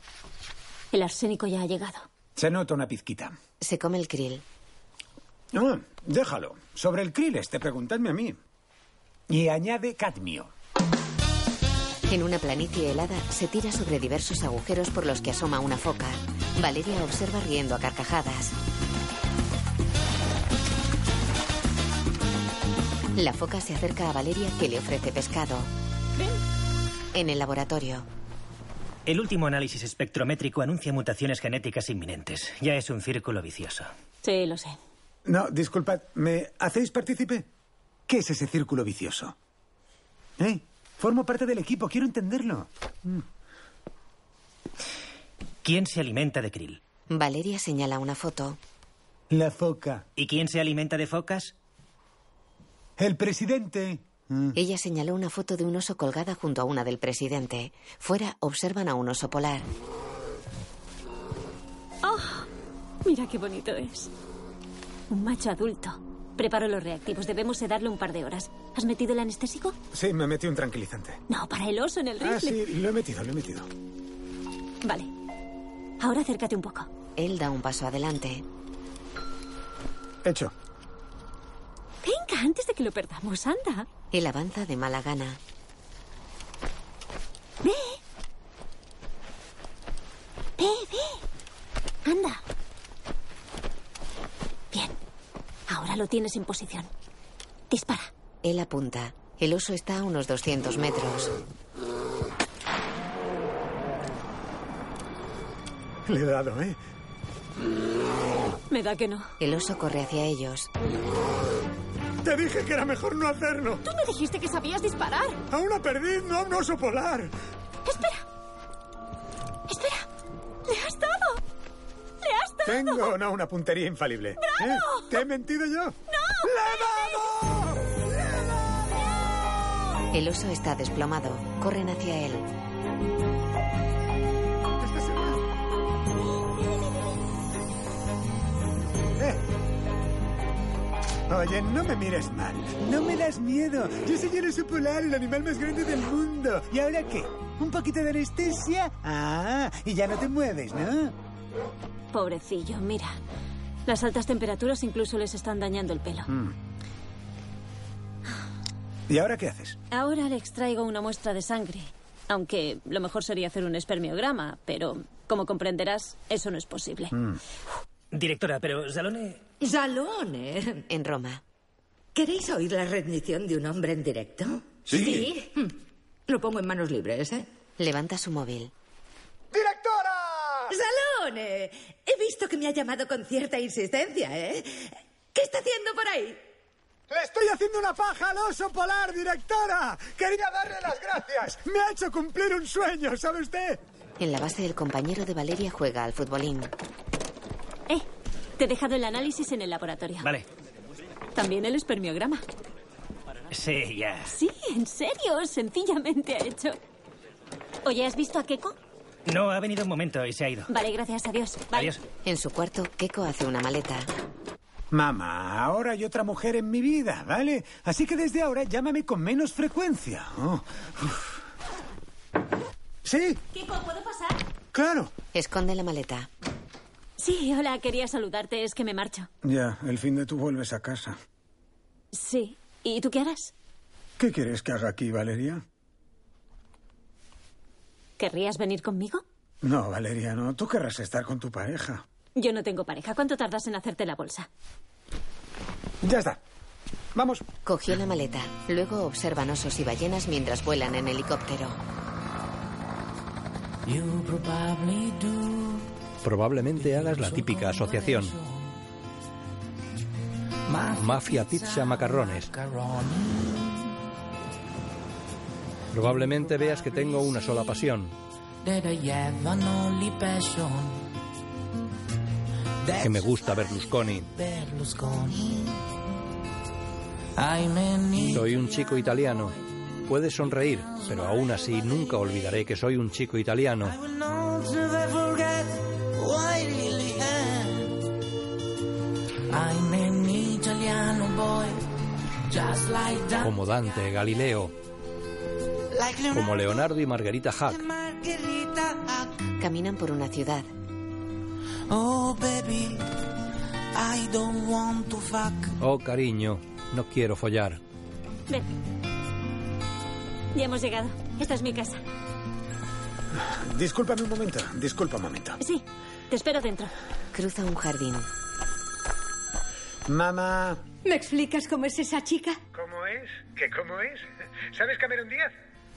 Speaker 25: El arsénico ya ha llegado.
Speaker 4: Se nota una pizquita.
Speaker 2: Se come el krill.
Speaker 4: No, déjalo. Sobre el krill este, preguntadme a mí. Y añade cadmio.
Speaker 2: En una planicie helada se tira sobre diversos agujeros por los que asoma una foca. Valeria observa riendo a carcajadas. La foca se acerca a Valeria que le ofrece pescado. En el laboratorio.
Speaker 10: El último análisis espectrométrico anuncia mutaciones genéticas inminentes. Ya es un círculo vicioso.
Speaker 25: Sí, lo sé.
Speaker 4: No, disculpad, ¿me hacéis partícipe? ¿Qué es ese círculo vicioso? ¿Eh? Formo parte del equipo, quiero entenderlo.
Speaker 10: ¿Quién se alimenta de krill?
Speaker 2: Valeria señala una foto.
Speaker 4: La foca.
Speaker 10: ¿Y quién se alimenta de focas?
Speaker 4: El presidente. Mm.
Speaker 2: Ella señaló una foto de un oso colgada junto a una del presidente. Fuera observan a un oso polar.
Speaker 25: ¡Oh! Mira qué bonito es. Un macho adulto. Preparo los reactivos. Debemos sedarle un par de horas. ¿Has metido el anestésico?
Speaker 4: Sí, me metí un tranquilizante.
Speaker 25: No, para el oso en el rifle.
Speaker 4: Ah, sí, lo he metido, lo he metido.
Speaker 25: Vale. Ahora acércate un poco.
Speaker 2: Él da un paso adelante.
Speaker 4: Hecho.
Speaker 25: Venga, antes de que lo perdamos, anda.
Speaker 2: Él avanza de mala gana.
Speaker 25: Ve. Ve, ve. Anda. Bien. Ahora lo tienes en posición. Dispara.
Speaker 2: Él apunta. El oso está a unos 200 metros.
Speaker 4: Le he dado, ¿eh?
Speaker 25: Me da que no.
Speaker 2: El oso corre hacia ellos.
Speaker 4: Te dije que era mejor no hacerlo.
Speaker 25: Tú me dijiste que sabías disparar.
Speaker 4: A una perdiz, no a un oso polar.
Speaker 25: Espera. Espera. Le has dado. Le has dado.
Speaker 4: Tengo no, una puntería infalible. ¿Eh? ¿Te he mentido yo? ¡No!
Speaker 2: El oso está desplomado. Corren hacia él.
Speaker 4: Eh. Oye, no me mires mal. No me das miedo. Yo soy el oso polar, el animal más grande del mundo. ¿Y ahora qué? ¿Un poquito de anestesia? Ah, y ya no te mueves, ¿no?
Speaker 25: Pobrecillo, mira. Las altas temperaturas incluso les están dañando el pelo.
Speaker 4: Mm. ¿Y ahora qué haces?
Speaker 25: Ahora le extraigo una muestra de sangre. Aunque lo mejor sería hacer un espermiograma, pero como comprenderás, eso no es posible.
Speaker 4: Mm.
Speaker 10: Directora, pero Salone.
Speaker 19: Salone.
Speaker 2: En Roma.
Speaker 19: ¿Queréis oír la rendición de un hombre en directo?
Speaker 2: Sí.
Speaker 19: Mm. Lo pongo en manos libres, ¿eh?
Speaker 2: Levanta su móvil.
Speaker 19: ¡Salone! He visto que me ha llamado con cierta insistencia, ¿eh? ¿Qué está haciendo por ahí?
Speaker 4: ¡Le estoy haciendo una paja al oso polar, directora! Quería darle las gracias. Me ha hecho cumplir un sueño, ¿sabe usted?
Speaker 2: En la base el compañero de Valeria juega al futbolín.
Speaker 25: Eh, te he dejado el análisis en el laboratorio.
Speaker 10: Vale.
Speaker 25: También el espermiograma.
Speaker 10: Sí, ya.
Speaker 25: Sí, en serio, sencillamente ha hecho. Oye, ¿has visto a Keiko?
Speaker 10: No, ha venido un momento y se ha ido.
Speaker 25: Vale, gracias, adiós. Bye.
Speaker 10: Adiós.
Speaker 2: En su cuarto, Keiko hace una maleta.
Speaker 4: Mamá, ahora hay otra mujer en mi vida, ¿vale? Así que desde ahora llámame con menos frecuencia. Oh, uf. Sí,
Speaker 25: Keiko, ¿puedo pasar?
Speaker 4: claro.
Speaker 2: Esconde la maleta.
Speaker 25: Sí, hola, quería saludarte, es que me marcho.
Speaker 4: Ya, el fin de tú vuelves a casa.
Speaker 25: Sí. ¿Y tú qué harás?
Speaker 4: ¿Qué quieres que haga aquí, Valeria?
Speaker 25: ¿Querrías venir conmigo?
Speaker 4: No, Valeria, no. Tú querrás estar con tu pareja.
Speaker 25: Yo no tengo pareja. ¿Cuánto tardas en hacerte la bolsa?
Speaker 4: Ya está. Vamos.
Speaker 2: Cogió la maleta. Luego observan osos y ballenas mientras vuelan en helicóptero.
Speaker 27: Probablemente hagas la típica asociación. Mafia pizza macarrones. Probablemente veas que tengo una sola pasión. Que me gusta Berlusconi. Soy un chico italiano. Puedes sonreír, pero aún así nunca olvidaré que soy un chico italiano. Como Dante, Galileo. Como Leonardo y Margarita Hack.
Speaker 2: Caminan por una ciudad.
Speaker 27: Oh, cariño, no quiero follar.
Speaker 25: Ven. Ya hemos llegado. Esta es mi casa.
Speaker 4: Discúlpame un momento. Disculpa un momento.
Speaker 25: Sí, te espero dentro.
Speaker 2: Cruza un jardín.
Speaker 4: Mamá.
Speaker 21: ¿Me explicas cómo es esa chica?
Speaker 4: ¿Cómo es? ¿Qué cómo es? ¿Sabes Cameron Díaz?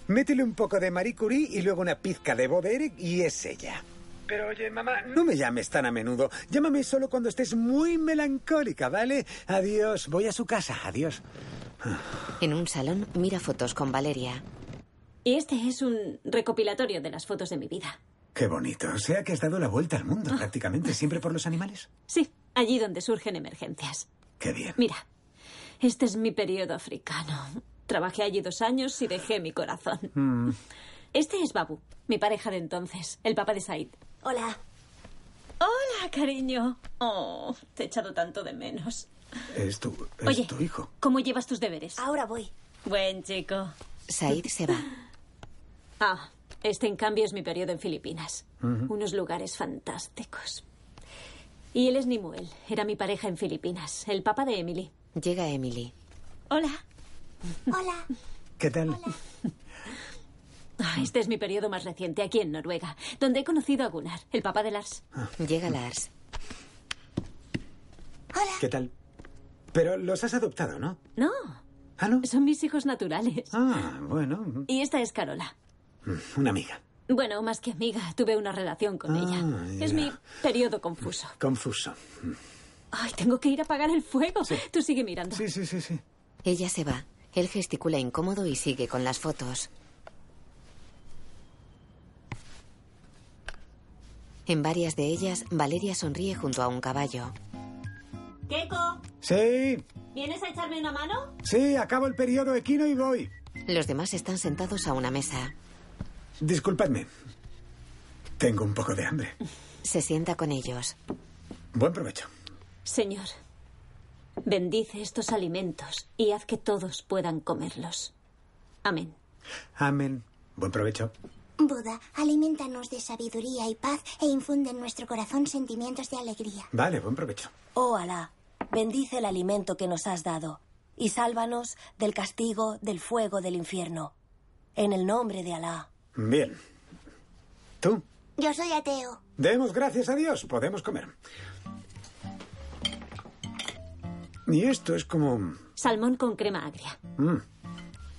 Speaker 4: Métele un poco de Marie Curie y luego una pizca de Bob Eric y es ella. Pero oye, mamá, no me llames tan a menudo. Llámame solo cuando estés muy melancólica, ¿vale? Adiós. Voy a su casa. Adiós.
Speaker 2: En un salón mira fotos con Valeria.
Speaker 25: Y este es un recopilatorio de las fotos de mi vida.
Speaker 4: Qué bonito. O sea que has dado la vuelta al mundo prácticamente, siempre por los animales.
Speaker 25: Sí, allí donde surgen emergencias.
Speaker 4: Qué bien.
Speaker 25: Mira, este es mi periodo africano. Trabajé allí dos años y dejé mi corazón.
Speaker 4: Mm.
Speaker 25: Este es Babu, mi pareja de entonces, el papá de Said.
Speaker 14: Hola.
Speaker 25: Hola, cariño. Oh, te he echado tanto de menos.
Speaker 4: Es tu, es
Speaker 25: Oye.
Speaker 4: tu hijo.
Speaker 25: ¿Cómo llevas tus deberes?
Speaker 14: Ahora voy.
Speaker 25: Buen chico.
Speaker 2: Said se va.
Speaker 25: Ah, este en cambio es mi periodo en Filipinas.
Speaker 2: Ujú.
Speaker 25: Unos lugares fantásticos. Y él es Nimuel, era mi pareja en Filipinas, el papá de Emily.
Speaker 2: Llega Emily.
Speaker 25: Hola.
Speaker 14: Hola.
Speaker 4: ¿Qué tal?
Speaker 25: Ah, Este es mi periodo más reciente, aquí en Noruega, donde he conocido a Gunnar, el papá de Lars.
Speaker 2: Llega Lars.
Speaker 4: ¿Qué tal? Pero los has adoptado, ¿no?
Speaker 25: No.
Speaker 4: ¿Ah, no?
Speaker 25: Son mis hijos naturales.
Speaker 4: Ah, bueno,
Speaker 25: Y esta es Carola.
Speaker 4: una amiga.
Speaker 25: Bueno, más que amiga, tuve una relación con
Speaker 4: Ah,
Speaker 25: ella.
Speaker 4: ya.
Speaker 25: Es mi periodo confuso.
Speaker 4: Confuso.
Speaker 25: Ay, tengo que ir a apagar el fuego. Tú sigue mirando.
Speaker 4: Sí, sí, sí, sí.
Speaker 2: Ella se va. Él gesticula incómodo y sigue con las fotos. En varias de ellas, Valeria sonríe junto a un caballo.
Speaker 25: Keiko,
Speaker 4: Sí,
Speaker 25: ¿vienes a echarme una mano?
Speaker 4: sí, acabo el periodo equino y voy.
Speaker 2: Los demás están sentados a una mesa.
Speaker 4: Disculpadme. Tengo un poco de hambre.
Speaker 2: Se sienta con ellos.
Speaker 4: Buen provecho.
Speaker 25: Señor, bendice estos alimentos y haz que todos puedan comerlos. Amén.
Speaker 4: Amén. Buen provecho.
Speaker 14: Buda, alimentanos de sabiduría y paz e infunde en nuestro corazón sentimientos de alegría.
Speaker 4: Vale, buen provecho.
Speaker 28: Oh Alá, bendice el alimento que nos has dado y sálvanos del castigo del fuego del infierno. En el nombre de Alá.
Speaker 4: Bien. ¿Tú?
Speaker 14: Yo soy ateo.
Speaker 4: Demos gracias a Dios. Podemos comer. Y esto es como...
Speaker 25: Salmón con crema agria.
Speaker 4: mm,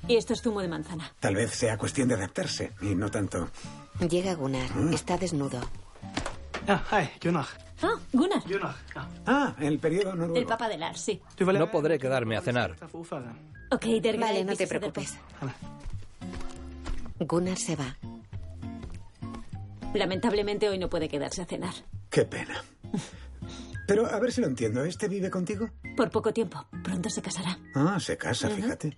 Speaker 25: Y esto es zumo de manzana.
Speaker 4: tal vez sea cuestión de adaptarse y no tanto...
Speaker 2: Llega
Speaker 4: Ah.
Speaker 2: Gunnar. Está desnudo.
Speaker 5: Ja, hei, Gunnar.
Speaker 25: Ah, Gunnar.
Speaker 5: Gunnar.
Speaker 4: Ah, el periodo
Speaker 25: El
Speaker 4: noruego.
Speaker 25: papá de Lars, sí.
Speaker 27: No podré quedarme a cenar.
Speaker 5: Takk for ordføreren.
Speaker 25: Ok, Derga,
Speaker 2: Vale, no te
Speaker 25: empieza a hacer
Speaker 2: preocupes. Gunnar se va.
Speaker 25: Lamentablemente hoy no puede quedarse a cenar.
Speaker 4: Qué pena. Pero a ver si lo entiendo. ¿Este vive contigo?
Speaker 25: Por poco tiempo. Pronto se casará.
Speaker 4: Ah, se casa, fíjate.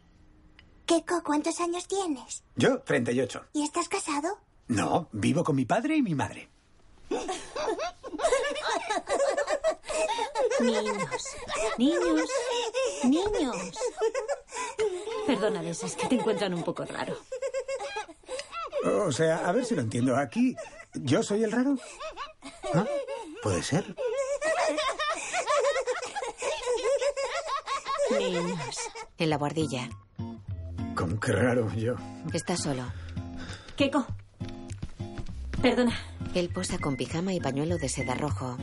Speaker 14: Keko, ¿cuántos años tienes?
Speaker 4: Yo, 38.
Speaker 14: ¿Y estás casado?
Speaker 4: No, vivo con mi padre y mi madre.
Speaker 25: Niños, niños, niños. Perdónales, es que te encuentran un poco raro.
Speaker 4: O sea, a ver si lo entiendo. Aquí, ¿yo soy el raro? ¿Ah? ¿Puede ser?
Speaker 25: Niños.
Speaker 2: En la guardilla.
Speaker 4: Con qué raro yo.
Speaker 2: Está solo.
Speaker 25: Keiko. Perdona.
Speaker 2: Él posa con pijama y pañuelo de seda rojo.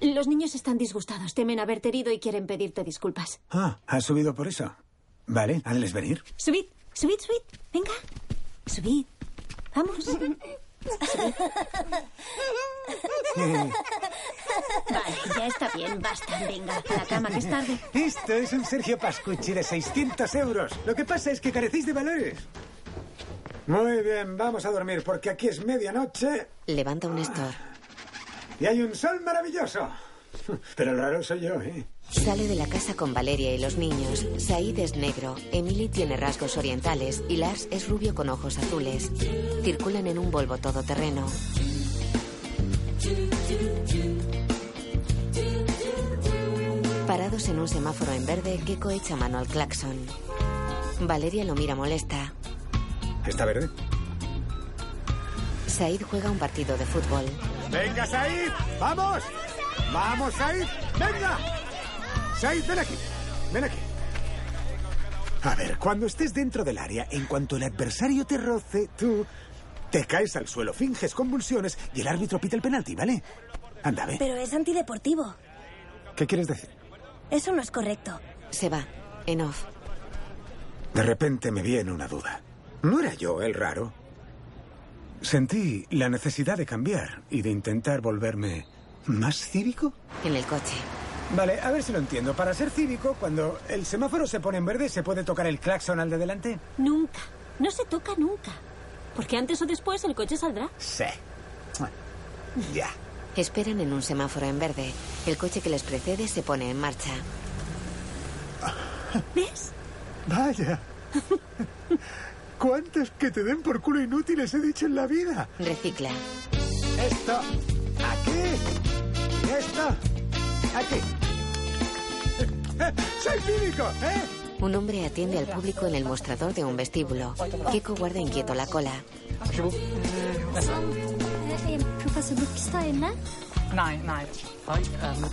Speaker 25: Los niños están disgustados, temen haberte herido y quieren pedirte disculpas.
Speaker 4: Ah, ¿has subido por eso? Vale, hazles venir.
Speaker 25: Subid, subid, subid. Venga. Subid. Vamos. Subid.
Speaker 4: Eh,
Speaker 25: Vale, ya está bien, basta. Venga, a la cama, que es tarde.
Speaker 4: Esto es un Sergio Pascucci de 600 euros. Lo que pasa es que carecéis de valores. Muy bien, vamos a dormir porque aquí es medianoche
Speaker 2: Levanta un store.
Speaker 4: y hay un sol maravilloso. Pero el raro soy yo, ¿eh?
Speaker 2: Sale de la casa con Valeria y los niños. Said es negro, Emily tiene rasgos orientales y Lars es rubio con ojos azules. Circulan en un Volvo todoterreno. Parados en un semáforo en verde, Keiko echa mano al claxon. Valeria lo mira molesta.
Speaker 4: ¿Está verde?
Speaker 2: Said juega un partido de fútbol.
Speaker 4: ¡Venga, Said! ¡Vamos! ¡Vamos, Said! ¡Venga! Said, ven aquí. Ven aquí. A ver, cuando estés dentro del área, en cuanto el adversario te roce, tú te caes al suelo, finges convulsiones y el árbitro pita el penalti, ¿vale? Anda, ve.
Speaker 28: Pero es antideportivo.
Speaker 4: ¿Qué quieres decir?
Speaker 28: Eso no es correcto.
Speaker 2: Se va. En off.
Speaker 4: De repente me viene una duda. ¿No era yo el raro? Sentí la necesidad de cambiar y de intentar volverme más cívico.
Speaker 2: En el coche.
Speaker 4: Vale, a ver si lo entiendo. Para ser cívico, cuando el semáforo se pone en verde, ¿se puede tocar el claxon al de delante?
Speaker 25: Nunca. No se toca nunca. Porque antes o después el coche saldrá.
Speaker 4: Sí. Ya.
Speaker 2: Esperan en un semáforo en verde. El coche que les precede se pone en marcha.
Speaker 25: ¿Ves?
Speaker 4: Vaya. ¿Cuántas que te den por culo inútiles he dicho en la vida?
Speaker 2: Recicla.
Speaker 4: Esto, aquí, y esto, aquí. ¡Soy cívico, eh!
Speaker 2: Un hombre atiende al público en el mostrador de un vestíbulo. Keiko guarda inquieto la cola.
Speaker 19: Eh,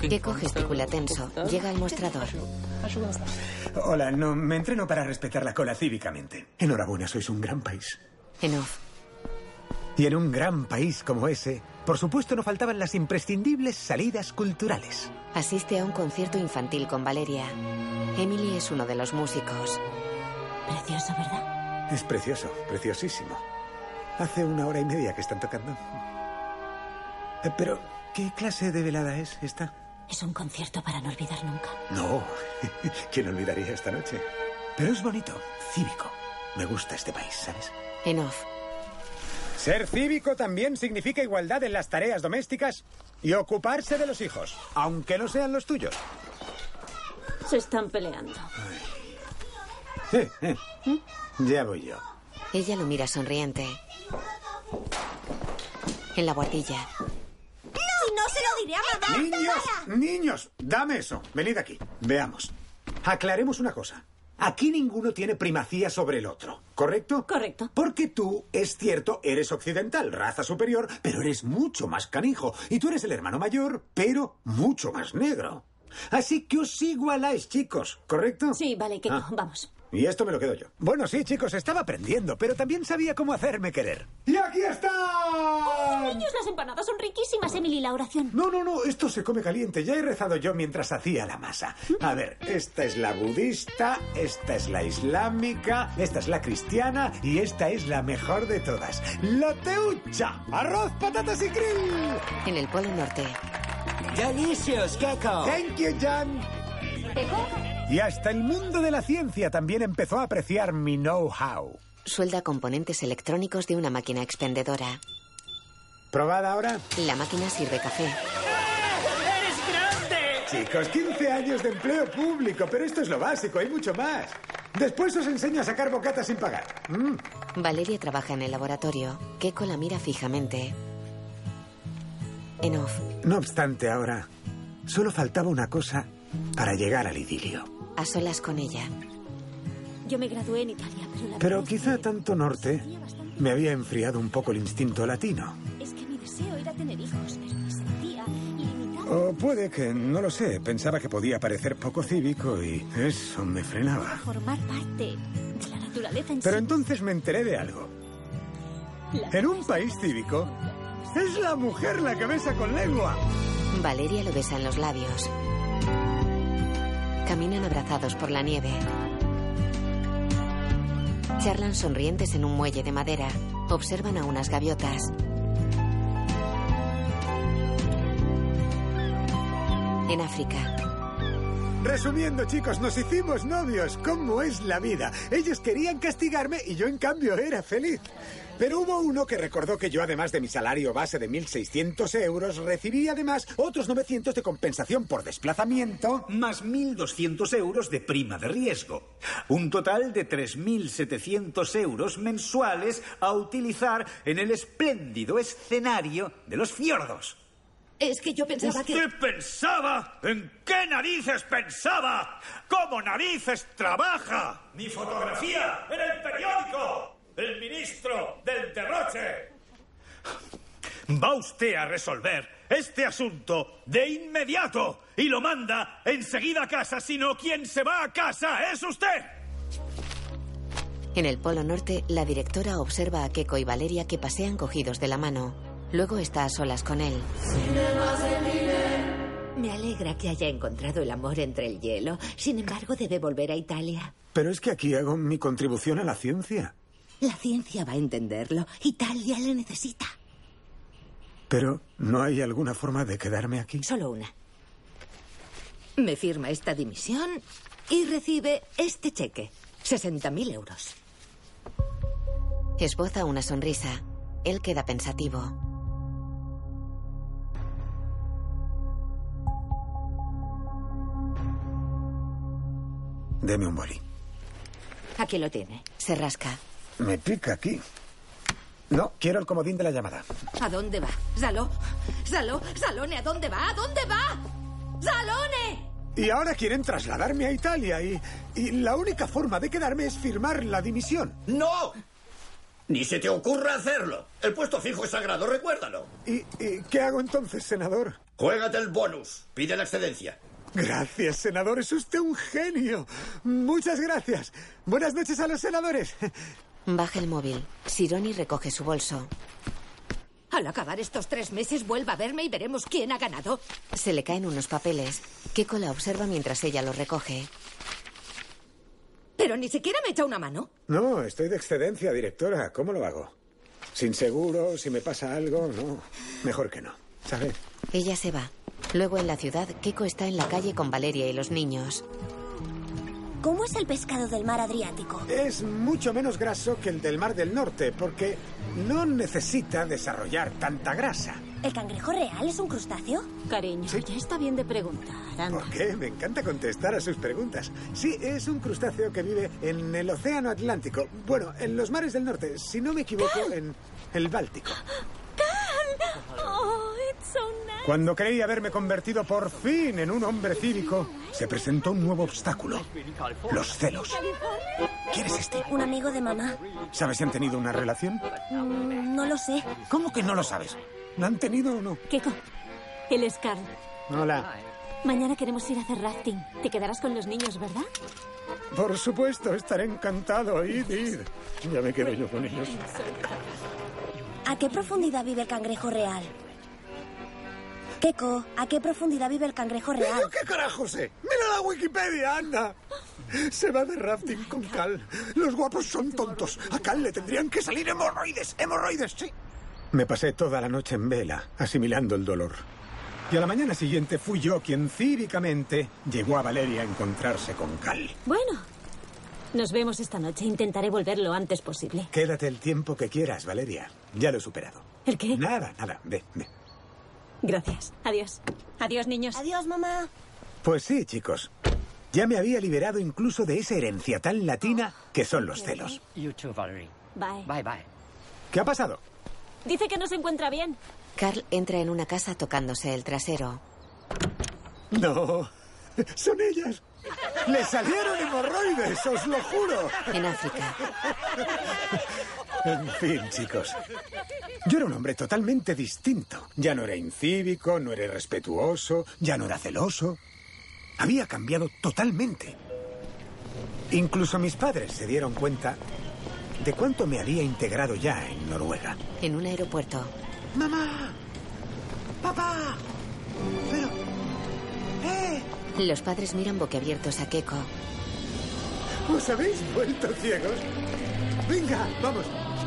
Speaker 2: Keiko gesticula tenso. Llega al mostrador.
Speaker 4: Hola, no, me entreno para respetar la cola cívicamente. Enhorabuena, sois un gran país.
Speaker 2: En off.
Speaker 4: Y en un gran país como ese, por supuesto no faltaban las imprescindibles salidas culturales.
Speaker 2: Asiste a un concierto infantil con Valeria. Emily es uno de los músicos.
Speaker 25: Precioso, ¿verdad?
Speaker 4: Es precioso, preciosísimo. Hace una hora y media que están tocando. Eh, Pero, ¿qué clase de velada es esta?
Speaker 25: Es un concierto para no olvidar nunca.
Speaker 4: No, ¿quién olvidaría esta noche? Pero es bonito, cívico. Me gusta este país, ¿sabes?
Speaker 2: En off.
Speaker 4: Ser cívico también significa igualdad en las tareas domésticas y ocuparse de los hijos, aunque no sean los tuyos.
Speaker 25: Se están peleando.
Speaker 4: Eh, eh.
Speaker 2: ¿Mm?
Speaker 4: Ya voy yo.
Speaker 2: Ella lo mira sonriente. En la guardilla.
Speaker 14: Si no, se lo diré a mamá.
Speaker 4: Niños, niños, dame eso. Venid aquí. Veamos. Aclaremos una cosa. Aquí ninguno tiene primacía sobre el otro, ¿correcto?
Speaker 25: Correcto.
Speaker 4: Porque tú, es cierto, eres occidental, raza superior, pero eres mucho más canijo. Y tú eres el hermano mayor, pero mucho más negro. Así que os igualáis, chicos, ¿correcto?
Speaker 25: Sí, vale, Keiko,
Speaker 4: Ah.
Speaker 25: vamos.
Speaker 4: Y esto me lo quedo yo. Bueno, sí, chicos, estaba aprendiendo, pero también sabía cómo hacerme querer. ¡Y aquí está!
Speaker 25: Niños, las empanadas son riquísimas, Emily, la oración.
Speaker 4: No, no, no, esto se come caliente. Ya he rezado yo mientras hacía la masa. A ver, esta es la budista, esta es la islámica, esta es la cristiana y esta es la mejor de todas. ¡La teucha! ¡Arroz, patatas y krill!
Speaker 2: En el polo norte.
Speaker 3: Delicious, Keiko.
Speaker 4: Thank you, Jan. Y hasta el mundo de la ciencia también empezó a apreciar mi know-how.
Speaker 2: Suelda componentes electrónicos de una máquina expendedora.
Speaker 4: ¿Probad ahora?
Speaker 2: La máquina sirve café.
Speaker 4: Chicos, 15 años de empleo público, pero esto es lo básico, hay mucho más. Después os enseño a sacar bocatas sin pagar. Mm.
Speaker 2: Valeria trabaja en el laboratorio. Keiko la mira fijamente. En off,
Speaker 4: No obstante, ahora solo faltaba una cosa para llegar al idilio.
Speaker 2: a solas con ella.
Speaker 25: Yo me gradué en Italia, pero la
Speaker 4: Pero
Speaker 25: verdad
Speaker 4: quizá tanto norte me había enfriado un poco el instinto latino.
Speaker 25: es que mi deseo era tener hijos, pero me sentía ilimitada.
Speaker 4: O puede que, no lo sé, pensaba que podía parecer poco cívico y eso me frenaba.
Speaker 25: Formar parte de la naturaleza en
Speaker 4: Pero
Speaker 25: sí.
Speaker 4: entonces me enteré de algo. En un país cívico, es la mujer la que besa con lengua.
Speaker 2: Valeria lo besa en los labios. Caminan abrazados por la nieve. Charlan sonrientes en un muelle de madera. Observan a unas gaviotas. En África,
Speaker 4: Resumiendo, chicos, nos hicimos novios. ¿Cómo es la vida? Ellos querían castigarme y yo, en cambio, era feliz. Pero hubo uno que recordó que yo, además de mi salario base de 1.600 euros, recibí además otros 900 de compensación por desplazamiento.
Speaker 12: Más
Speaker 15: e-
Speaker 12: 1.200 euros de prima de riesgo. Un total de 3.700 euros mensuales a utilizar en el espléndido escenario de los fiordos.
Speaker 19: Es que yo pensaba que...
Speaker 12: ¿Usted pensaba? ¿En qué narices pensaba? ¿Cómo narices trabaja? Mi fotografía en el periódico. El ministro del derroche. Va usted a resolver este asunto de inmediato y lo manda enseguida a casa, sino quien se va a casa es usted.
Speaker 2: en el Polo Norte, la directora observa a Keiko y Valeria que pasean cogidos de la mano. Luego está a solas con él.
Speaker 19: Me alegra que haya encontrado el amor entre el hielo. Sin embargo, debe volver a Italia.
Speaker 4: Pero es que aquí hago mi contribución a la ciencia.
Speaker 19: La ciencia va a entenderlo. Italia le necesita.
Speaker 4: Pero, ¿no hay alguna forma de quedarme aquí?
Speaker 19: Solo una. Me firma esta dimisión y recibe este cheque. 60.000 euros.
Speaker 2: Esboza una sonrisa. Él queda pensativo.
Speaker 4: Deme un boli.
Speaker 19: Aquí lo tiene.
Speaker 2: Se rasca.
Speaker 4: Me pica aquí. No, quiero el comodín de la llamada.
Speaker 19: ¿A dónde va? Saló. Saló. Salone, ¿a dónde va? ¿A dónde va? Salone.
Speaker 4: Y ahora quieren trasladarme a Italia y, y la única forma de quedarme es firmar la dimisión.
Speaker 20: ¡No! Ni se te ocurra hacerlo. El puesto fijo es sagrado, recuérdalo.
Speaker 4: ¿Y, y qué hago entonces, senador?
Speaker 20: Juégate el bonus. Pide la excedencia.
Speaker 4: Gracias, senador. Es usted un genio. Muchas gracias. Buenas noches a los senadores.
Speaker 2: Baja el móvil. Sironi recoge su bolso.
Speaker 19: Al acabar estos tres meses, vuelva a verme y veremos quién ha ganado.
Speaker 2: Se le caen unos papeles. Keiko la observa mientras ella los recoge.
Speaker 19: Pero ni siquiera me echa una mano.
Speaker 4: No, estoy de excedencia, directora. ¿Cómo lo hago? Sin seguro, si me pasa algo, no. Mejor que no. ¿Sabes?
Speaker 2: Ella se va. Luego en la ciudad, Keiko está en la calle con Valeria y los niños.
Speaker 28: ¿Cómo es el pescado del mar Adriático?
Speaker 4: Es mucho menos graso que el del Mar del Norte, porque no necesita desarrollar tanta grasa.
Speaker 28: ¿El cangrejo real es un crustáceo?
Speaker 25: Cariño, ya está bien de preguntar. anda.
Speaker 4: ¿Por qué? Me encanta contestar a sus preguntas. Sí, es un crustáceo que vive en el Océano Atlántico. Bueno, en los mares del norte, si no me equivoco, en el Báltico.
Speaker 25: Oh, it's so nice.
Speaker 4: Cuando creí haberme convertido por fin en un hombre cívico, se presentó un nuevo obstáculo. Los celos. ¿Quién es este?
Speaker 28: Un amigo de mamá.
Speaker 4: ¿Sabes si han tenido una relación?
Speaker 28: Mm, no lo sé.
Speaker 4: ¿Cómo que no lo sabes? ¿La han tenido o no?
Speaker 25: Keiko, él es Carl.
Speaker 4: Hola.
Speaker 25: Mañana queremos ir a hacer rafting. Te quedarás con los niños, ¿verdad?
Speaker 4: Por supuesto, estaré encantado. Id, id. Ya me quedo yo con ellos.
Speaker 28: ¿A qué profundidad vive el cangrejo real? Keiko, ¿a qué profundidad vive el cangrejo real?
Speaker 4: ¿Pero qué carajo sé? ¡Mira la Wikipedia, anda! Se va de rafting con Cal. Los guapos son tontos. A Cal le tendrían que salir hemorroides. ¡Hemorroides, sí! Me pasé toda la noche en vela, asimilando el dolor. Y a la mañana siguiente fui yo quien cívicamente llegó a Valeria a encontrarse con Cal.
Speaker 25: Bueno, nos vemos esta noche. Intentaré volver lo antes posible.
Speaker 4: Quédate el tiempo que quieras, Valeria. Ya lo he superado.
Speaker 25: ¿El qué?
Speaker 4: Nada, nada. Ve, ve.
Speaker 25: Gracias. Adiós. Adiós, niños.
Speaker 29: Adiós, mamá.
Speaker 4: Pues sí, chicos. Ya me había liberado incluso de esa herencia tan latina que son los celos.
Speaker 3: You too, Valerie.
Speaker 25: Bye.
Speaker 3: Bye, bye.
Speaker 4: ¿Qué ha pasado?
Speaker 25: Dice que no se encuentra bien.
Speaker 2: Carl entra en una casa tocándose el trasero.
Speaker 4: No, son ellas. Le salieron hemorroides, os lo juro.
Speaker 2: En África.
Speaker 4: En fin, chicos. Yo era un hombre totalmente distinto. Ya no era incívico, no era irrespetuoso, ya no era celoso. Había cambiado totalmente. Incluso mis padres se dieron cuenta de cuánto me había integrado ya en Noruega.
Speaker 2: En un aeropuerto.
Speaker 6: ¡Mamá! ¡Papá! Pero... ¡Eh!
Speaker 2: Los padres miran boquiabiertos a Keiko.
Speaker 4: ¿Os habéis vuelto ciegos? Venga, vamos.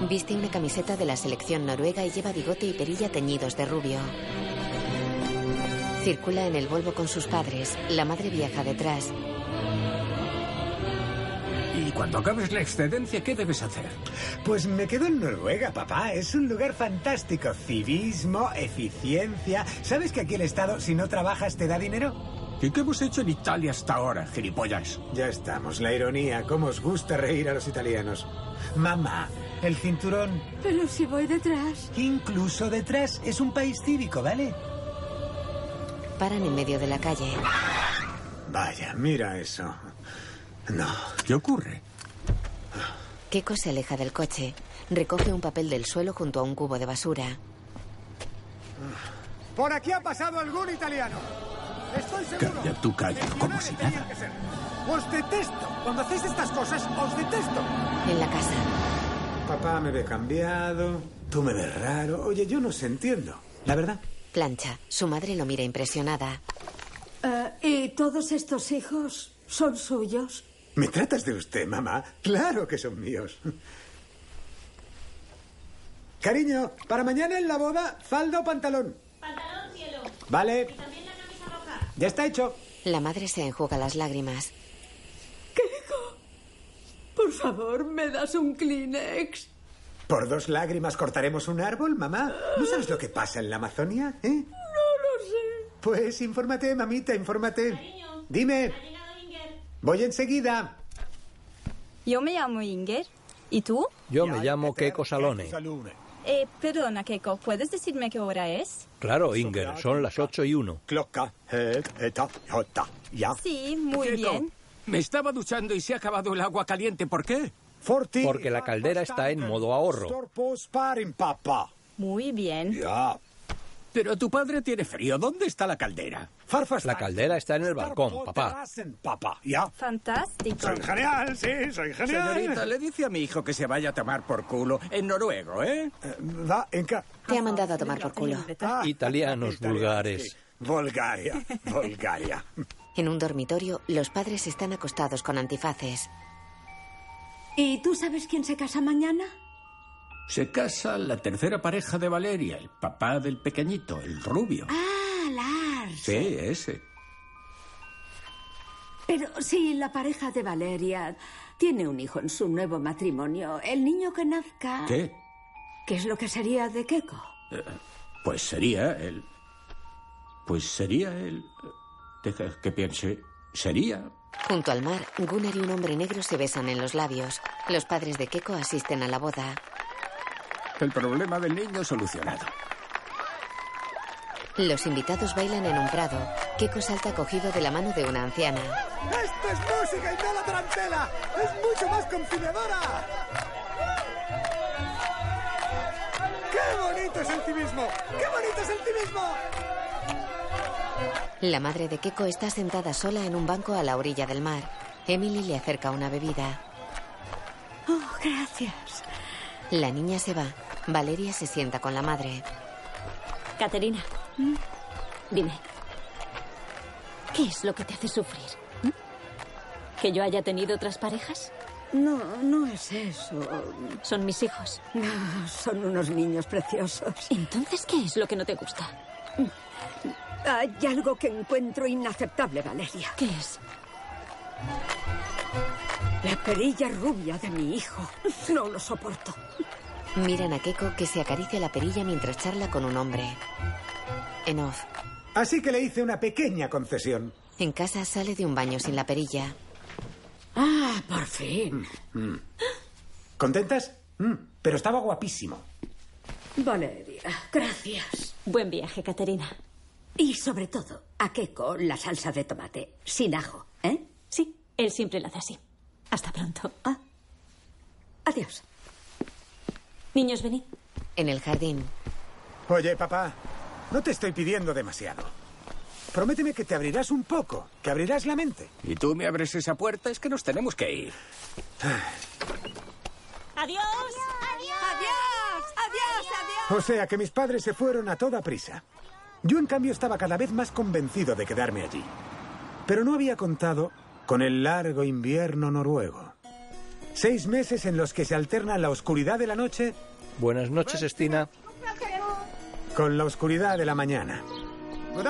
Speaker 2: Viste una camiseta de la selección noruega y lleva bigote y perilla teñidos de rubio. Circula en el Volvo con sus padres. La madre viaja detrás.
Speaker 17: Y cuando acabes la excedencia, ¿qué debes hacer?
Speaker 4: Pues me quedo en Noruega, papá. Es un lugar fantástico. Civismo, eficiencia. ¿Sabes que aquí el Estado, si no trabajas, te da dinero?
Speaker 17: ¿Y qué hemos hecho en Italia hasta ahora, gilipollas?
Speaker 4: Ya estamos. La ironía. ¿Cómo os gusta reír a los italianos? Mamá, el cinturón.
Speaker 19: Pero si voy detrás.
Speaker 4: Incluso detrás. Es un país cívico, ¿vale?
Speaker 2: Paran en medio de la calle.
Speaker 4: Vaya, mira eso. No.
Speaker 17: ¿Qué ocurre?
Speaker 2: Keiko se aleja del coche. Recoge un papel del suelo junto a un cubo de basura.
Speaker 6: Por aquí ha pasado algún italiano. Estoy seguro.
Speaker 17: Calla, tú calla, como si
Speaker 6: Tenían
Speaker 17: nada.
Speaker 6: que ser. Os detesto. Cuando hacéis estas cosas, os detesto.
Speaker 2: En la casa.
Speaker 4: Papá me ve cambiado. Tú me ves raro. Oye, yo no se entiendo. La verdad.
Speaker 2: Plancha. Su madre lo mira impresionada.
Speaker 19: Eh, ¿Y todos estos hijos son suyos?
Speaker 4: ¿Me tratas de usted, mamá? Claro que son míos. Cariño, para mañana en la boda, falda o pantalón.
Speaker 25: Pantalón cielo.
Speaker 4: Vale,
Speaker 25: También la camisa roja.
Speaker 4: ya está hecho.
Speaker 2: La madre se enjuga las lágrimas.
Speaker 19: Por favor, ¿me das un Kleenex?
Speaker 4: Por dos lágrimas cortaremos un árbol, mamá. ¿No sabes lo que pasa en la Amazonia? ¿Eh?
Speaker 19: No lo sé.
Speaker 4: Pues infórmate, mamita, infórmate.
Speaker 25: Cariño.
Speaker 4: Dime, voy enseguida.
Speaker 18: Yo me llamo Inger. ¿Y tú?
Speaker 1: Yo me llamo Keiko Salone.
Speaker 18: Eh, perdona, Keiko, ¿puedes decirme qué hora es?
Speaker 1: Claro, Inger, son las 8 y 1.
Speaker 18: Sí, muy
Speaker 17: Keiko,
Speaker 18: bien.
Speaker 17: Me estaba duchando y se ha acabado el agua caliente. ¿Por qué?
Speaker 1: Porque la caldera está en modo ahorro.
Speaker 4: papá.
Speaker 18: Muy bien.
Speaker 17: Pero tu padre tiene frío. ¿Dónde está la caldera?
Speaker 1: La caldera está en el balcón, papá.
Speaker 4: Papá, ya.
Speaker 18: Fantástico.
Speaker 4: genial, sí, soy
Speaker 17: Señorita, le dice a mi hijo que se vaya a tomar por culo en noruego, ¿eh?
Speaker 4: Va, en ca-
Speaker 2: Te ha mandado a tomar por culo.
Speaker 4: Ah,
Speaker 1: Italianos vulgares.
Speaker 4: Bulgaria, Bulgaria.
Speaker 2: En un dormitorio, los padres están acostados con antifaces.
Speaker 19: ¿Y tú sabes quién se casa mañana?
Speaker 17: Se casa la tercera pareja de Valeria, el papá del pequeñito, el rubio.
Speaker 19: Ah, Lars.
Speaker 17: Sí, ese.
Speaker 19: Pero si la pareja de Valeria tiene un hijo en su nuevo matrimonio, el niño que nazca,
Speaker 17: ¿Qué?
Speaker 19: ¿qué es lo que sería de Keiko?
Speaker 17: Eh, Pues sería el... Pues sería el... eh, Deja que piense. Sería...
Speaker 2: Junto al mar, Gunnar y un hombre negro se besan en los labios. Los padres de Keiko asisten a la boda.
Speaker 17: El problema del niño solucionado.
Speaker 2: Los invitados bailan en un prado. Keiko salta cogido de la mano de una anciana.
Speaker 6: ¡Esto es música y no la tarantela! ¡Es mucho más conciliadora! ¡Qué bonito es el civismo! ¡Qué bonito es el civismo!
Speaker 2: La madre de Keiko está sentada sola en un banco a la orilla del mar. Emily le acerca una bebida.
Speaker 19: Oh, gracias.
Speaker 2: La niña se va. Valeria se sienta con la madre.
Speaker 25: Caterina. Dime. ¿Qué es lo que te hace sufrir? ¿Mm? ¿Que yo haya tenido otras parejas?
Speaker 19: No, no es eso.
Speaker 25: Son mis hijos.
Speaker 19: Ah, Son unos niños preciosos.
Speaker 25: Entonces, ¿qué es lo que no te gusta?
Speaker 19: Hay algo que encuentro inaceptable, Valeria.
Speaker 25: ¿Qué es?
Speaker 19: La perilla rubia de mi hijo. No lo soporto.
Speaker 2: Miran a Keiko que se acaricia la perilla mientras charla con un hombre. En off.
Speaker 4: Así que le hice una pequeña concesión.
Speaker 2: En casa sale de un baño sin la perilla.
Speaker 19: Ah, por fin.
Speaker 4: Mm, ¿Contentas? Mm, pero estaba guapísimo.
Speaker 19: Valeria, gracias. Buen viaje, Caterina. Y sobre todo, a Keiko la salsa de tomate, sin ajo, ¿eh?
Speaker 25: Sí, él siempre la hace así. Hasta pronto.
Speaker 19: Ah. Adiós.
Speaker 25: Niños, venid.
Speaker 2: En el jardín.
Speaker 4: Oye, papá, no te estoy pidiendo demasiado. Prométeme que te abrirás un poco, que abrirás la mente.
Speaker 7: Y tú me abres esa puerta, es que nos tenemos que ir.
Speaker 25: ¡Adiós!
Speaker 19: ¡Adiós! ¡Adiós! ¡Adiós! ¡Adiós!
Speaker 4: O sea que mis padres se fueron a toda prisa. Yo, en cambio, estaba cada vez más convencido de quedarme allí. Pero no había contado con el largo invierno noruego. Seis meses en los que se alternan la oscuridad de la noche.
Speaker 27: Buenas noches, Estina.
Speaker 4: Con la oscuridad de la mañana.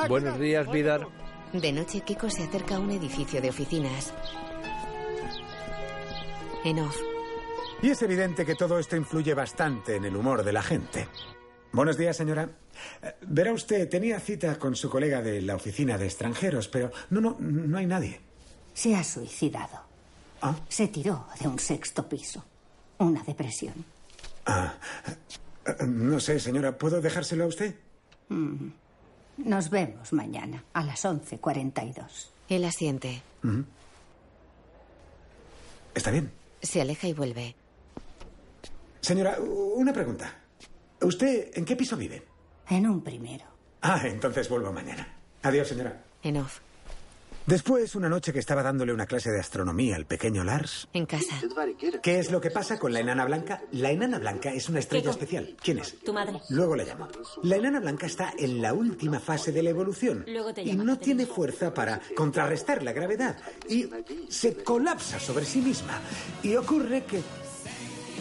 Speaker 27: Buenos días, Vidar.
Speaker 2: De noche, Keiko se acerca a un edificio de oficinas. En off.
Speaker 4: Y es evidente que todo esto influye bastante en el humor de la gente. Buenos días, señora. Eh, Verá usted, tenía cita con su colega de la oficina de extranjeros, pero no, no, no hay nadie.
Speaker 1: Se ha suicidado.
Speaker 4: ¿Ah?
Speaker 1: Se tiró de un sexto piso. Una depresión.
Speaker 4: Ah, eh, no sé, señora, ¿puedo dejárselo a usted?
Speaker 1: Mm. Nos vemos mañana a las 11.42.
Speaker 2: Él asiente.
Speaker 4: Ujú. Está bien.
Speaker 2: Se aleja y vuelve.
Speaker 4: Señora, una pregunta. ¿Usted en qué piso vive?
Speaker 1: En un primero.
Speaker 4: Ah, entonces vuelvo mañana. Adiós, señora.
Speaker 2: En off.
Speaker 4: Después, una noche que estaba dándole una clase de astronomía al pequeño Lars.
Speaker 2: En casa.
Speaker 4: ¿Qué es lo que pasa con la enana blanca? La enana blanca es una estrella especial. ¿Quién es?
Speaker 25: Tu madre.
Speaker 4: Luego la llamo. La enana blanca está en la última fase de la evolución
Speaker 25: Luego te
Speaker 4: y
Speaker 25: llamo,
Speaker 4: no
Speaker 25: Caterina.
Speaker 4: tiene fuerza para contrarrestar la gravedad y se colapsa sobre sí misma. Y ocurre que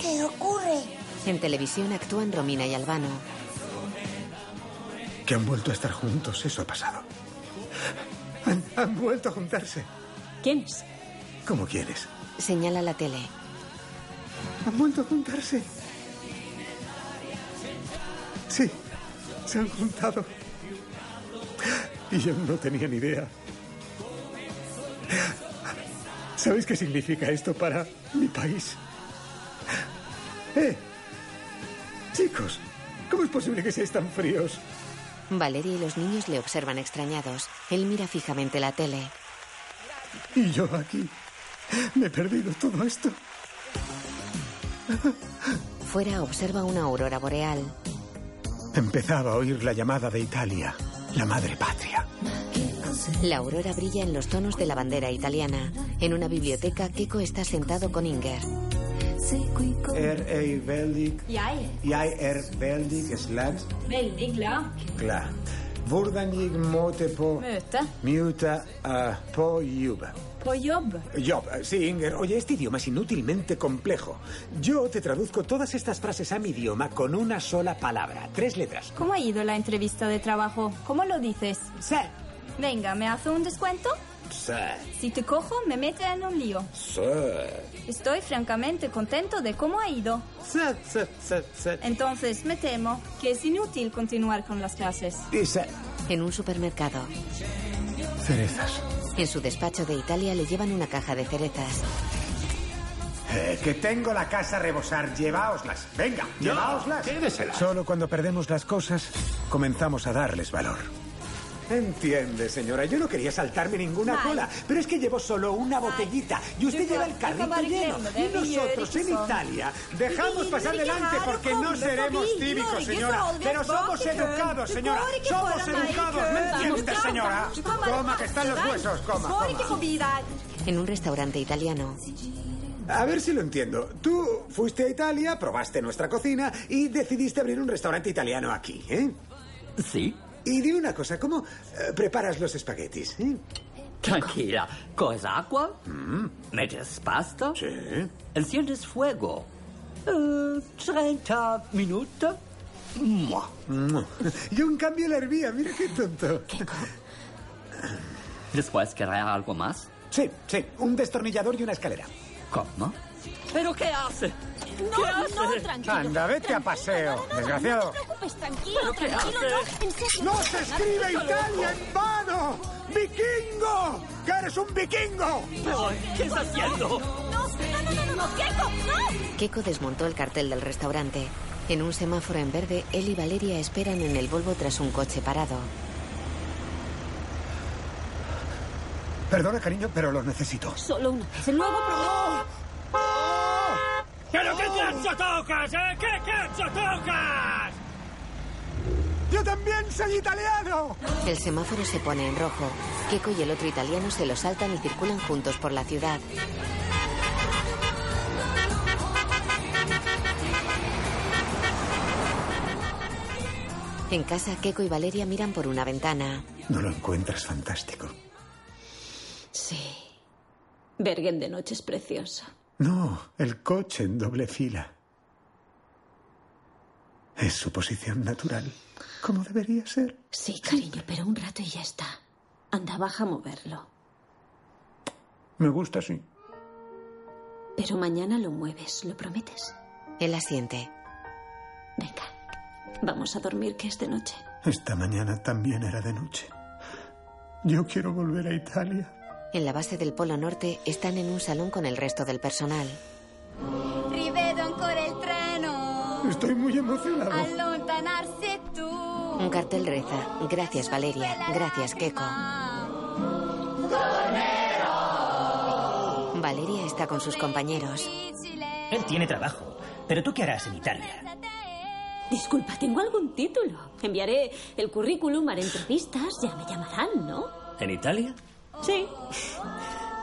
Speaker 14: ¿Qué ocurre?
Speaker 2: En televisión actúan Romina y Albano.
Speaker 4: que han vuelto a estar juntos, eso ha pasado. Han, han vuelto a juntarse.
Speaker 25: ¿Quién es?
Speaker 4: ¿Cómo quieres?
Speaker 2: Señala la tele.
Speaker 4: Han vuelto a juntarse. Sí, se han juntado. Y yo no tenía ni idea. ¿Sabéis qué significa esto para mi país? ¡Eh! Chicos, ¿cómo es posible que seáis tan fríos?
Speaker 2: Valeria y los niños le observan extrañados. Él mira fijamente la tele.
Speaker 4: Y yo aquí. Me he perdido todo esto.
Speaker 2: Fuera observa una aurora boreal.
Speaker 4: Empezaba a oír la llamada de Italia, la madre patria.
Speaker 2: La aurora brilla en los tonos de la bandera italiana. En una biblioteca, Keiko está sentado con Inger.
Speaker 4: Er ei veldig,
Speaker 25: Jeg.
Speaker 4: jeg er veldig glad,
Speaker 25: Veldig glad.
Speaker 4: glad. Hvordan jeg måtte på
Speaker 25: Møte.
Speaker 4: miuta ah, på jobb.
Speaker 25: På jobb.
Speaker 4: Job, sí, Inger. Oye, este idioma es inútilmente complejo. Yo te traduzco todas estas frases a mi idioma con una sola palabra, tres letras.
Speaker 16: ¿Cómo ha ido la entrevista de trabajo? ¿Cómo lo dices?
Speaker 4: Sí.
Speaker 16: Venga, ¿me hace un descuento?
Speaker 4: Sí.
Speaker 16: Si te cojo, me mete en un lío. Estoy francamente contento de cómo ha ido.
Speaker 4: Sí, sí, sí, sí.
Speaker 16: Entonces, me temo que es inútil continuar con las clases.
Speaker 4: Dice,
Speaker 2: En un supermercado.
Speaker 4: cerezas.
Speaker 2: En su despacho de Italia le llevan una caja de cerezas.
Speaker 4: Eh, que tengo la casa a rebosar. Lleváoslas. Venga, lleváoslas. Solo cuando perdemos las cosas, comenzamos a darles valor. Entiende, señora. Yo no quería saltarme ninguna
Speaker 16: Ay.
Speaker 4: cola, pero es que llevo solo una botellita y usted
Speaker 16: Dico,
Speaker 4: lleva el carrito
Speaker 16: dico,
Speaker 4: lleno.
Speaker 16: Marichel,
Speaker 4: Y
Speaker 16: de
Speaker 4: nosotros en
Speaker 16: Ericsson.
Speaker 4: Italia dejamos
Speaker 16: Di-
Speaker 4: pasar
Speaker 16: di-
Speaker 4: adelante
Speaker 16: di-
Speaker 4: porque no
Speaker 16: di-
Speaker 4: seremos
Speaker 16: di-
Speaker 4: cívicos,
Speaker 16: di-
Speaker 4: señora.
Speaker 16: di-
Speaker 4: Pero somos
Speaker 16: di-
Speaker 4: educados,
Speaker 16: di-
Speaker 4: señora.
Speaker 16: di- di-
Speaker 4: Somos
Speaker 16: di- di-
Speaker 4: educados. ¿Me
Speaker 16: di-
Speaker 4: entiende,
Speaker 16: di-
Speaker 4: señora?
Speaker 16: di- di-
Speaker 4: Coma, que están los huesos, coma, coma.
Speaker 2: En un restaurante italiano.
Speaker 4: A ver si lo entiendo. Tú fuiste a Italia, probaste nuestra cocina y decidiste abrir un restaurante italiano aquí, ¿eh?
Speaker 9: Sí.
Speaker 4: Y di una cosa, ¿cómo eh, preparas los espaguetis? eh?
Speaker 9: Tranquila. Coges agua,
Speaker 17: Mm.
Speaker 9: metes pasta, enciendes fuego.
Speaker 19: Ah.
Speaker 9: Eh, 30 minutos. ¡Mua!
Speaker 4: Yo en cambio la hervía, mira qué tonto.
Speaker 9: Después querrá algo más.
Speaker 4: Sí, sí, un destornillador y una escalera.
Speaker 9: ¿Cómo? ¿Pero qué hace?
Speaker 6: no, no,
Speaker 25: tranquilo.
Speaker 4: Anda, vete a paseo, desgraciado.
Speaker 25: preocupes, tranquilo,
Speaker 6: qué
Speaker 25: tranquilo,
Speaker 6: haces?
Speaker 25: no. En serio.
Speaker 6: ¡No se escribe
Speaker 25: Loco.
Speaker 6: Italia en vano! ¡Vikingo! ¡Que eres un vikingo! ¿Qué está haciendo?
Speaker 2: Keiko desmontó el cartel del restaurante. En un semáforo en verde, él y Valeria esperan en el Volvo tras un coche parado.
Speaker 4: Perdona, cariño, pero los necesito.
Speaker 25: Solo una vez. Luego prometo.
Speaker 6: ¿Pero qué cancho tocas, eh? ¿Qué cancho tocas? ¡Yo también soy italiano!
Speaker 2: El semáforo se pone en rojo. Keiko y el otro italiano se lo saltan y circulan juntos por la ciudad. En casa, Keiko y Valeria miran por una ventana.
Speaker 4: No lo encuentras fantástico.
Speaker 25: Sí. Bergen de noche es precioso.
Speaker 4: No, el coche en doble fila. Es su posición natural. Como debería ser.
Speaker 25: Sí, cariño, pero un rato y ya está. Anda, baja a moverlo.
Speaker 4: Me gusta así.
Speaker 25: Pero mañana lo mueves, ¿lo prometes?
Speaker 2: Él asiente.
Speaker 25: Vamos a dormir, que es de noche.
Speaker 4: Esta mañana también era de noche. Yo quiero volver a Italia.
Speaker 2: En la base del Polo Norte están en un salón con el resto del personal.
Speaker 18: Rivedo ancora il treno
Speaker 4: Estoy muy emocionado.
Speaker 16: e
Speaker 18: allontanarsi tu.
Speaker 2: Un cartel reza, gracias Valeria, gracias Keiko. Valeria está con sus compañeros.
Speaker 10: Él tiene trabajo. Pero tú qué harás en Italia.
Speaker 25: Disculpa, tengo algún título. Enviaré el currículum, haré entrevistas, ya me llamarán, ¿no?
Speaker 17: ¿En Italia?
Speaker 25: Sí.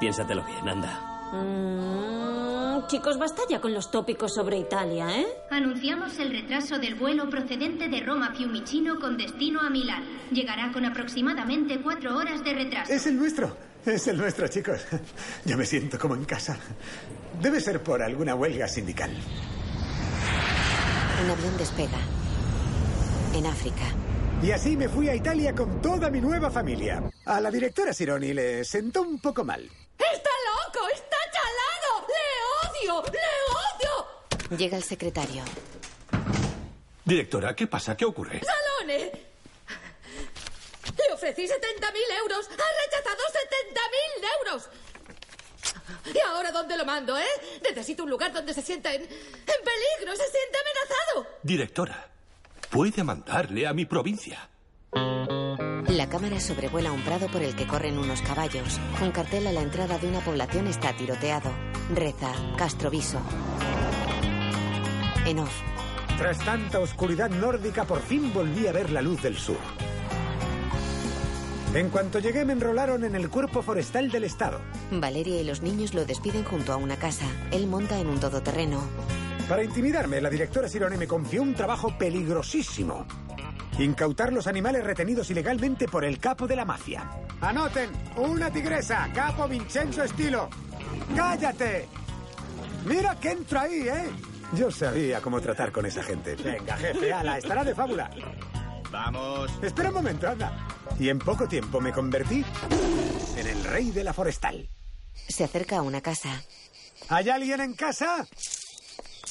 Speaker 17: Piénsatelo bien, anda.
Speaker 25: Mm, chicos, basta ya con los tópicos sobre Italia, ¿eh?
Speaker 22: Anunciamos el retraso del vuelo procedente de Roma Fiumicino con destino a Milán. Llegará con aproximadamente cuatro horas de retraso.
Speaker 4: Es el nuestro. Es el nuestro, chicos. Yo me siento como en casa. Debe ser por alguna huelga sindical.
Speaker 2: Un avión despega. En África.
Speaker 4: Y así me fui a Italia con toda mi nueva familia. A la directora Sironi le sentó un poco mal.
Speaker 23: ¡Está loco! ¡Está chalado! ¡Le odio! ¡Le odio!
Speaker 2: Llega el secretario.
Speaker 13: Directora, ¿qué pasa? ¿Qué ocurre?
Speaker 23: ¡Salone! Le ofrecí 70.000 euros. Ha rechazado 70.000 euros. ¿Y ahora dónde lo mando, eh? Necesito un lugar donde se sienta en, en peligro, se sienta amenazado.
Speaker 13: Directora, puede mandarle a mi provincia.
Speaker 2: La cámara sobrevuela un prado por el que corren unos caballos. Un cartel a la entrada de una población está tiroteado. Reza, Castroviso. En off.
Speaker 4: Tras tanta oscuridad nórdica, por fin volví a ver la luz del sur. En cuanto llegué, me enrolaron en el cuerpo forestal del Estado.
Speaker 2: Valeria y los niños lo despiden junto a una casa. Él monta en un todoterreno.
Speaker 4: Para intimidarme, la directora Sirone me confió un trabajo peligrosísimo. Incautar los animales retenidos ilegalmente por el capo de la mafia. Anoten, una tigresa, capo Vincenzo estilo. ¡Cállate! Mira que entra ahí, ¿eh? Yo sabía cómo tratar con esa gente. Venga, jefe, ala, estará de fábula. Vamos. Espera un momento, anda. Y en poco tiempo me convertí en el rey de la forestal.
Speaker 2: Se acerca a una casa.
Speaker 4: ¿Hay alguien en casa?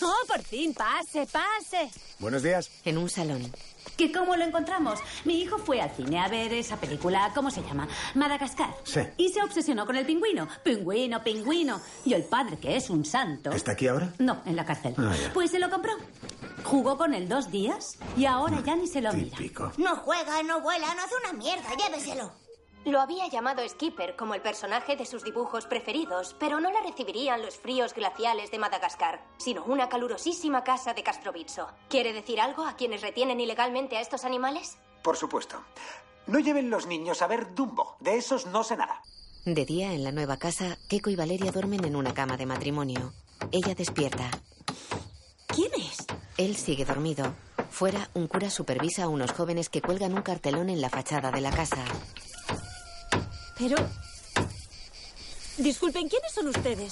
Speaker 22: ¡Oh, por fin! ¡Pase, pase!
Speaker 4: Buenos días.
Speaker 2: En un salón.
Speaker 22: ¿Que cómo lo encontramos? Mi hijo fue al cine a ver esa película, ¿cómo se llama? Madagascar.
Speaker 4: Sí.
Speaker 22: Y se obsesionó con el pingüino. Pingüino, pingüino. Y el padre, que es un santo.
Speaker 4: ¿Está aquí ahora?
Speaker 22: No, en la cárcel.
Speaker 4: Ah, ya.
Speaker 22: Pues se lo compró. Jugó con él dos días y ahora ya ni se lo mira.
Speaker 24: No juega, no vuela, no hace una mierda, lléveselo. Lo había llamado Skipper como el personaje de sus dibujos preferidos, pero no la recibirían los fríos glaciales de Madagascar, sino una calurosísima casa de Castrovitzo. ¿Quiere decir algo a quienes retienen ilegalmente a estos animales?
Speaker 4: Por supuesto. No lleven los niños a ver Dumbo. De esos no sé nada.
Speaker 2: De día, en la nueva casa, Keiko y Valeria duermen en una cama de matrimonio. Ella despierta.
Speaker 25: ¿Quién es?
Speaker 2: Él sigue dormido. Fuera, un cura supervisa a unos jóvenes que cuelgan un cartelón en la fachada de la casa.
Speaker 25: Pero... Disculpen, ¿quiénes son ustedes?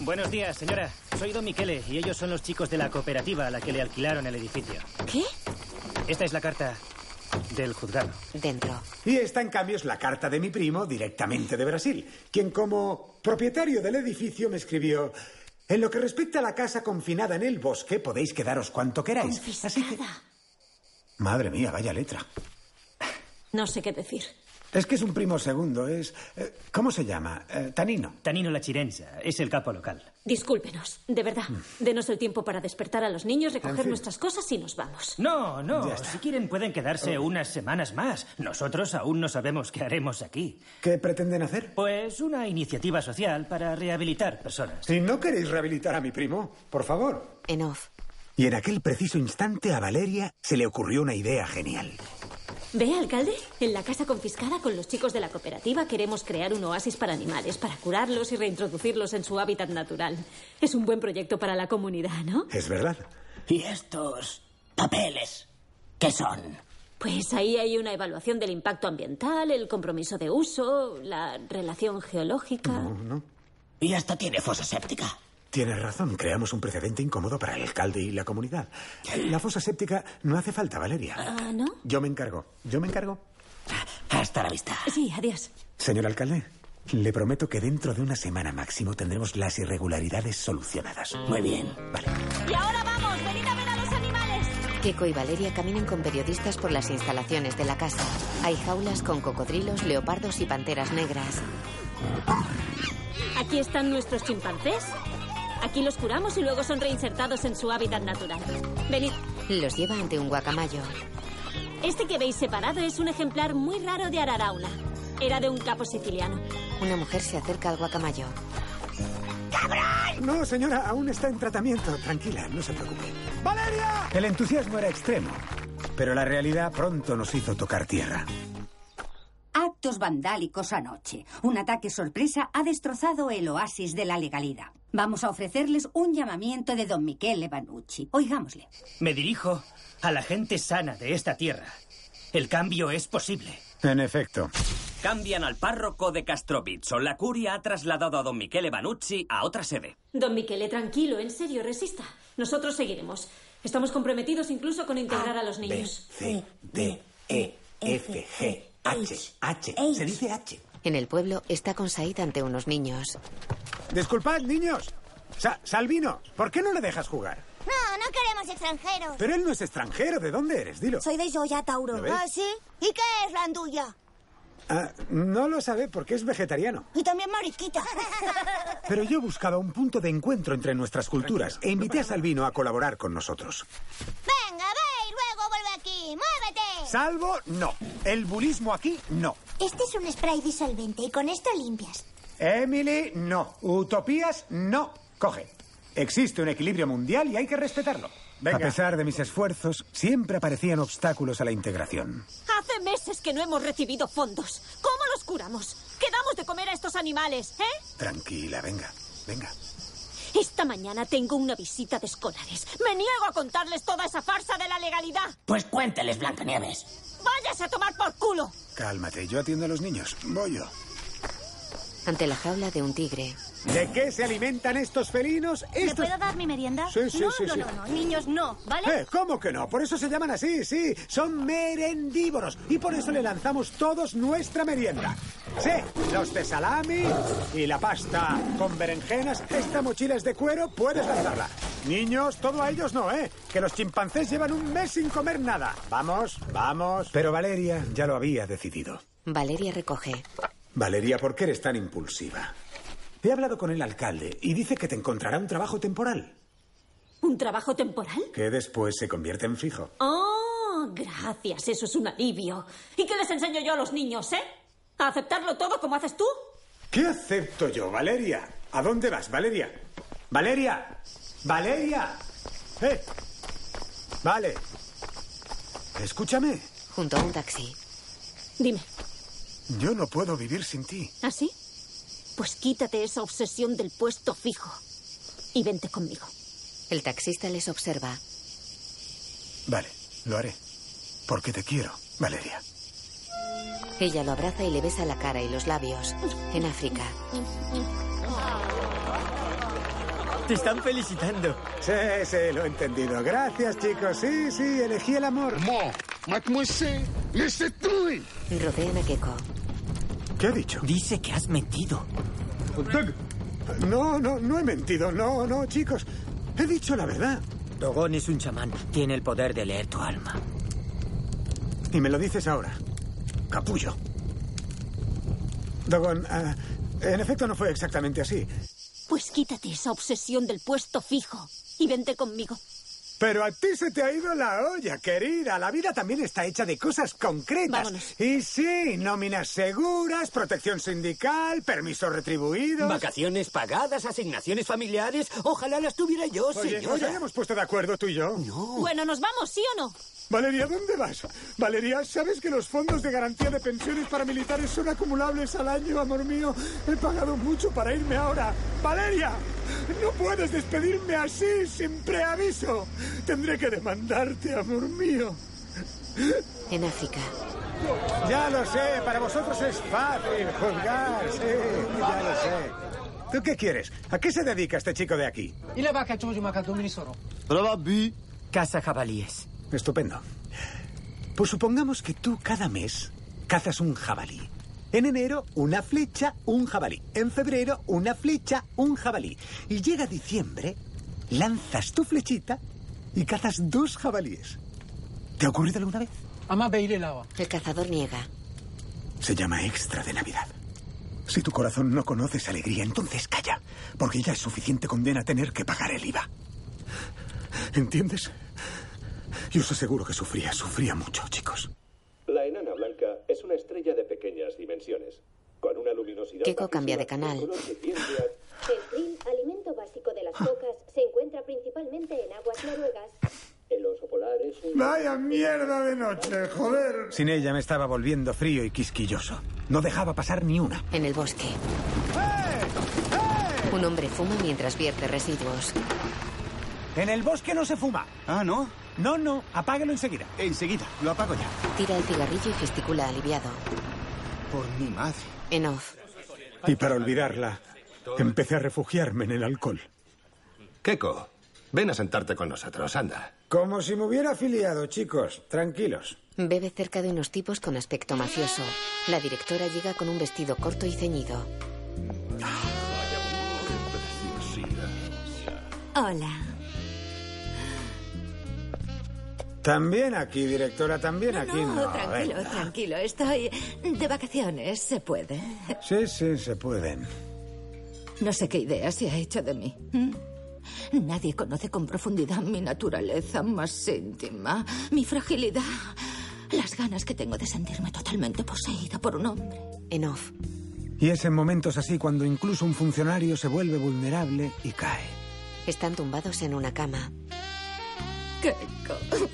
Speaker 10: Buenos días, señora. Soy Don Michele y ellos son los chicos de la cooperativa a la que le alquilaron el edificio.
Speaker 25: ¿Qué?
Speaker 10: Esta es la carta del juzgado.
Speaker 2: Dentro.
Speaker 4: Y esta, en cambio, es la carta de mi primo directamente de Brasil, quien como propietario del edificio me escribió... En lo que respecta a la casa confinada en el bosque, podéis quedaros cuanto queráis. Así que... Madre mía, vaya letra.
Speaker 25: No sé qué decir.
Speaker 4: Es que es un primo segundo, es... eh, ¿Cómo se llama? Eh, Tanino.
Speaker 10: Tanino la Chirenza es el capo local.
Speaker 25: Discúlpenos, de verdad. Denos el tiempo para despertar a los niños, recoger
Speaker 10: En fin.
Speaker 25: nuestras cosas y nos vamos.
Speaker 10: No, no. Si quieren pueden
Speaker 4: Oh.
Speaker 10: quedarse unas semanas más. Nosotros aún no sabemos qué haremos aquí.
Speaker 4: ¿Qué pretenden hacer?
Speaker 10: Pues una iniciativa social para rehabilitar personas.
Speaker 4: Si no queréis rehabilitar a mi primo, por favor.
Speaker 2: En off.
Speaker 4: Y en aquel preciso instante a Valeria se le ocurrió una idea genial.
Speaker 25: ¿Ve, alcalde? En la casa confiscada con los chicos de la cooperativa queremos crear un oasis para animales, para curarlos y reintroducirlos en su hábitat natural. Es un buen proyecto para la comunidad, ¿no?
Speaker 4: Es verdad.
Speaker 9: ¿Y estos papeles? ¿Qué son?
Speaker 25: Pues ahí hay una evaluación del impacto ambiental, el compromiso de uso, la relación geológica.
Speaker 9: Y hasta tiene fosa séptica.
Speaker 4: Tienes razón, creamos un precedente incómodo para el alcalde y la comunidad. La fosa séptica no hace falta, Valeria.
Speaker 25: Ah, ¿no?
Speaker 4: Yo me encargo, yo me encargo.
Speaker 9: Hasta la vista.
Speaker 25: Sí, adiós.
Speaker 4: Señor alcalde, le prometo que dentro de una semana máximo tendremos las irregularidades solucionadas.
Speaker 9: Muy bien.
Speaker 2: Y ahora vamos, venid a ver a los animales. Keiko y Valeria caminan con periodistas por las instalaciones de la casa.
Speaker 25: Hay jaulas con cocodrilos, leopardos y panteras negras. Aquí están nuestros chimpancés. Aquí los curamos y luego son reinsertados en su hábitat natural. Venid.
Speaker 2: Los lleva ante un guacamayo.
Speaker 25: Este que veis separado es un ejemplar muy raro de Araraula. Era de un capo siciliano.
Speaker 2: Una mujer se acerca al guacamayo.
Speaker 4: No, señora, aún está en tratamiento. Tranquila, no se preocupe.
Speaker 6: ¡Valeria!
Speaker 4: El entusiasmo era extremo, pero la realidad pronto nos hizo tocar tierra.
Speaker 28: Actos vandálicos anoche. Un ataque sorpresa ha destrozado el oasis de la legalidad. Vamos a ofrecerles un llamamiento de don Michele Banucci. Oigámosle.
Speaker 10: Me dirijo a la gente sana de esta tierra. El cambio es posible.
Speaker 4: En efecto.
Speaker 17: Cambian al párroco de Castropizzo. La curia ha trasladado a don Michele Banucci a otra sede.
Speaker 25: Don Michele, tranquilo, en serio, resista. Nosotros seguiremos. Estamos comprometidos incluso con integrar a los niños.
Speaker 2: C, D, E, F, G, H, H. Se dice H. En el pueblo está con Said ante unos niños.
Speaker 4: Disculpad, niños. Sa- Salvino, ¿por qué no le dejas jugar?
Speaker 14: No, no queremos extranjeros.
Speaker 4: Pero él no es extranjero. ¿De dónde eres? Dilo.
Speaker 14: Soy de Joya Tauro.
Speaker 4: ¿Lo ves?
Speaker 14: ¿Ah, sí? ¿Y qué es la andulla?
Speaker 4: Ah, no lo sabe porque es vegetariano.
Speaker 14: Y también mariquita.
Speaker 4: Pero yo buscaba un punto de encuentro entre nuestras culturas e invité a Salvino a colaborar con nosotros.
Speaker 14: Venga, ve y luego vuelve aquí. ¡Muévete!
Speaker 4: Salvo, no. El bulismo aquí, no.
Speaker 14: Este es un spray disolvente y con esto limpias.
Speaker 4: Emily, no. Utopías, no. Coge. Existe un equilibrio mundial y hay que respetarlo. A pesar de mis esfuerzos, siempre aparecían obstáculos a la integración.
Speaker 25: Hace meses que no hemos recibido fondos. ¿Cómo los curamos? ¿Qué damos de comer a estos animales, eh?
Speaker 4: Tranquila, venga, venga.
Speaker 25: Esta mañana tengo una visita de escolares. Me niego a contarles toda esa farsa de la legalidad.
Speaker 9: Pues cuénteles, Blancanieves.
Speaker 25: ¡Váyase a tomar por culo!
Speaker 4: Cálmate, yo atiendo a los niños. Voy yo.
Speaker 2: Ante la jaula de un tigre.
Speaker 4: ¿De qué se alimentan estos felinos?
Speaker 18: ¿Le
Speaker 4: Estos...
Speaker 18: puedo dar mi merienda?
Speaker 4: Sí, sí,
Speaker 18: no,
Speaker 4: sí,
Speaker 18: no,
Speaker 4: sí.
Speaker 18: no, no, niños no, ¿vale?
Speaker 4: Eh, ¿Cómo que no? Por eso se llaman así, sí. Son merendívoros. Y por eso le lanzamos todos nuestra merienda. Sí, los de salami y la pasta con berenjenas. Esta mochila es de cuero, puedes lanzarla. Niños, todo a ellos no, ¿eh? Que los chimpancés llevan un mes sin comer nada. Vamos, vamos. Pero Valeria ya lo había decidido.
Speaker 2: Valeria recoge.
Speaker 4: Valeria, ¿por qué eres tan impulsiva? He hablado con el alcalde y dice que te encontrará un trabajo temporal,
Speaker 25: ¿Un trabajo temporal?
Speaker 4: que después se convierte en fijo.
Speaker 25: Oh, gracias, eso es un alivio. ¿Y qué les enseño yo a los niños, eh? ¿A aceptarlo todo como haces tú?
Speaker 4: ¿Qué acepto yo, Valeria? ¿A dónde vas, Valeria? ¡Valeria! ¡Valeria! ¡Eh! Vale. Escúchame.
Speaker 2: Junto a un taxi.
Speaker 25: Dime,
Speaker 4: Yo no puedo vivir sin ti.
Speaker 25: ¿así? Pues quítate esa obsesión del puesto fijo y vente conmigo.
Speaker 2: El taxista les observa.
Speaker 4: Vale, lo haré. Porque te quiero, Valeria.
Speaker 2: Ella lo abraza y le besa la cara y los labios. En África.
Speaker 4: Te están felicitando. Sí, sí, lo he entendido. Gracias, chicos. Sí, sí, elegí el amor.
Speaker 2: Mademoiselle, Rodean a Keiko.
Speaker 4: ¿Qué ha dicho?
Speaker 17: Dice que has mentido.
Speaker 4: No, no, no he mentido. No, no, chicos. He dicho la verdad.
Speaker 30: Dogon es un chamán. Tiene el poder de leer tu alma.
Speaker 4: Y me lo dices ahora. Capullo. Dogon, ah, en efecto no fue exactamente así.
Speaker 25: Pues quítate esa obsesión del puesto fijo y vente conmigo.
Speaker 4: Pero a ti se te ha ido la olla, querida. La vida también está hecha de cosas concretas.
Speaker 25: Vámonos.
Speaker 4: Y sí, nóminas seguras, protección sindical, permisos retribuidos.
Speaker 3: Vacaciones pagadas, asignaciones familiares. Ojalá las tuviera yo,
Speaker 4: Oye, nos
Speaker 3: señora.
Speaker 4: habíamos puesto de acuerdo tú y yo.
Speaker 31: Oh.
Speaker 4: No.
Speaker 25: Bueno, ¿nos vamos, sí o no?
Speaker 4: Valeria, ¿dónde vas? Valeria, ¿sabes que los fondos de garantía de pensiones paramilitares son acumulables al año, amor mío? He pagado mucho para irme ahora. Valeria, no puedes despedirme así, sin preaviso. Tendré que demandarte, amor mío.
Speaker 2: En África.
Speaker 4: Ya lo sé, para vosotros es fácil juzgar, sí, ya lo sé. ¿Tú qué quieres? ¿A qué se dedica este chico de aquí?
Speaker 9: إلى ما كان توجه ما كان دوميني سورو
Speaker 4: Rabi. Caza jabalíes. Estupendo. Pues supongamos que tú cada mes cazas un jabalí. En enero, una flecha, un jabalí. En febrero, una flecha, un jabalí. Y llega diciembre, lanzas tu flechita y cazas dos jabalíes. ¿Te ha ocurrido alguna vez?
Speaker 9: أما بيلي لاوا
Speaker 2: El cazador niega.
Speaker 4: Se llama extra de Navidad. Si tu corazón no conoces alegría, entonces calla, porque ya es suficiente condena tener que pagar el IVA. ¿Entiendes? Y os aseguro que sufría, sufría mucho, chicos.
Speaker 32: La enana blanca es una estrella de pequeñas dimensiones, con una luminosidad.
Speaker 2: Keiko cambia de canal.
Speaker 32: color que tiende a-
Speaker 33: El krill, alimento básico de las
Speaker 4: Ah.
Speaker 33: focas, se encuentra principalmente en aguas noruegas.
Speaker 32: El oso polar es un.
Speaker 4: Vaya mierda de noche, joder. Sin ella me estaba volviendo frío y quisquilloso. No dejaba pasar ni una.
Speaker 2: En el bosque. Un hombre fuma mientras vierte residuos.
Speaker 4: En el bosque no se fuma. Ah, ¿no? No, no, apágalo enseguida. Enseguida, lo apago ya.
Speaker 2: Tira el cigarrillo y gesticula aliviado.
Speaker 4: Por mi madre.
Speaker 2: En off.
Speaker 4: Y para olvidarla, empecé a refugiarme en el alcohol.
Speaker 15: Keiko, ven a sentarte con nosotros, anda.
Speaker 4: Como si me hubiera afiliado, chicos. Tranquilos.
Speaker 2: Bebe cerca de unos tipos con aspecto mafioso. La directora llega con un vestido corto y ceñido.
Speaker 19: Hola.
Speaker 4: También aquí, directora, también aquí. No,
Speaker 19: tranquilo,
Speaker 4: venga.
Speaker 19: tranquilo. Estoy de vacaciones, se puede.
Speaker 4: Sí, sí, se pueden.
Speaker 19: No sé qué idea se ha hecho de mí.
Speaker 4: ¿Mm?
Speaker 19: ¿m? Nadie conoce con profundidad mi naturaleza más íntima, mi fragilidad, las ganas que tengo de sentirme totalmente poseída por un hombre.
Speaker 2: En off.
Speaker 4: Y es en momentos así cuando incluso un funcionario se vuelve vulnerable y cae.
Speaker 2: Están tumbados en una cama.
Speaker 19: Keiko,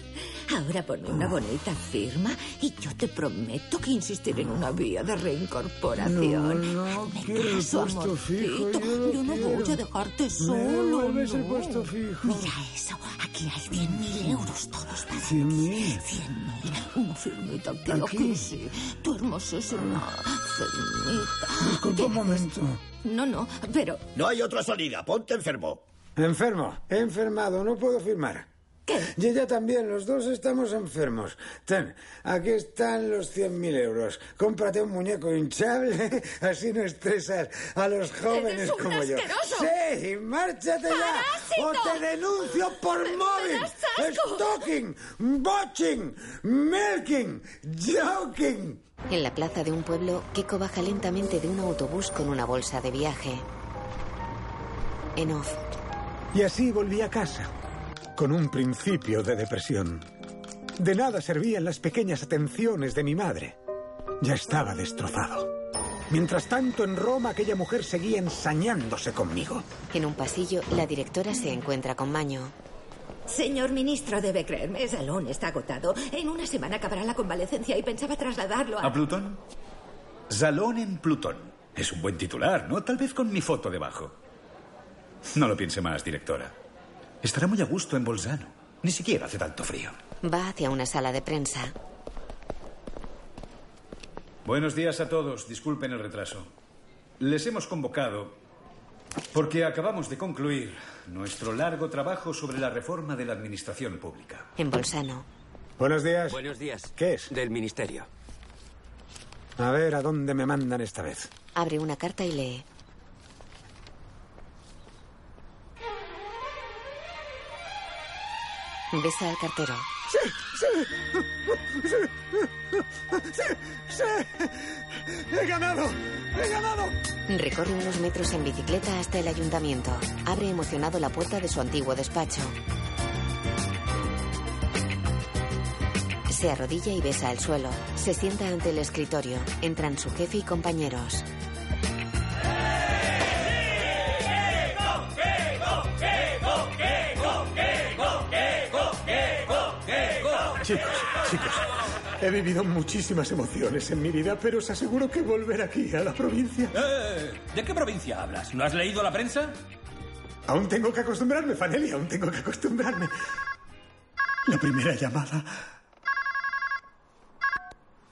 Speaker 19: ahora pon
Speaker 4: Ah.
Speaker 19: una bonita firma y yo te prometo que insistiré en una vía de reincorporación.
Speaker 4: No, no,
Speaker 19: quiero el caso, puesto
Speaker 4: fijo.
Speaker 19: Yo, no voy a dejarte solo.
Speaker 4: devuelves el
Speaker 19: no.
Speaker 4: puesto fijo.
Speaker 19: Mira eso, aquí hay 100.000 euros todos para ti.
Speaker 4: 100.000.
Speaker 19: 100.000. Una firmita que lo quise. Tu hermosísima firmita.
Speaker 4: Ah. Disculpa un momento.
Speaker 19: No, no, pero
Speaker 4: No hay otra salida. Ponte enfermo. Enfermo. He enfermado. No puedo firmar. ¿Qué? Y ella también. Los dos estamos enfermos. Ten, aquí están los 100.000 euros. Cómprate un muñeco hinchable. Así no estresas a los jóvenes
Speaker 6: Eres un
Speaker 4: como yo.
Speaker 6: asqueroso.
Speaker 4: Sí, y márchate ya.
Speaker 6: ¡Parásito!
Speaker 4: O te denuncio por
Speaker 6: Me- me
Speaker 4: móvil.
Speaker 6: das asco.
Speaker 4: Stalking, botching, milking, joking.
Speaker 2: En la plaza de un pueblo, Kiko baja lentamente de un autobús con una bolsa de viaje. En off.
Speaker 4: Y así volví a casa, con un principio de depresión. De nada servían las pequeñas atenciones de mi madre. Ya estaba destrozado. Mientras tanto, en Roma aquella mujer seguía ensañándose conmigo.
Speaker 2: En un pasillo, la directora se encuentra con Maño.
Speaker 19: Señor ministro, debe creerme, el salón está agotado. En una semana acabará la convalecencia y pensaba trasladarlo a...
Speaker 15: ¿A Plutón? Salón en Plutón. Es un buen titular, ¿no? Tal vez con mi foto debajo. No lo piense más, directora. Estará muy a gusto en Bolzano. Ni siquiera hace tanto frío.
Speaker 2: Va hacia una sala de prensa.
Speaker 15: Buenos días a todos. Disculpen el retraso. Les hemos convocado porque acabamos de concluir nuestro largo trabajo sobre la reforma de la administración pública.
Speaker 2: En Bolsano.
Speaker 4: Buenos días.
Speaker 34: Buenos días.
Speaker 4: ¿Qué es?
Speaker 34: Del ministerio.
Speaker 4: A ver a dónde me mandan esta vez.
Speaker 2: Abre una carta y lee. Besa al cartero.
Speaker 35: ¡Sí! ¡Sí! ¡Sí! ¡Sí! ¡Sí! ¡He ganado! ¡He ganado!
Speaker 2: Recorre unos metros en bicicleta hasta el ayuntamiento. Abre emocionado la puerta de su antiguo despacho. Se arrodilla y besa el suelo. Se sienta ante el escritorio. Entran su jefe y compañeros.
Speaker 4: Chicos, chicos, he vivido muchísimas emociones en mi vida, pero os aseguro que volver aquí, a la provincia...
Speaker 17: Eh, ¿De qué provincia hablas? ¿No has leído la prensa?
Speaker 4: Aún tengo que acostumbrarme, Fanelli, aún tengo que acostumbrarme. La primera llamada...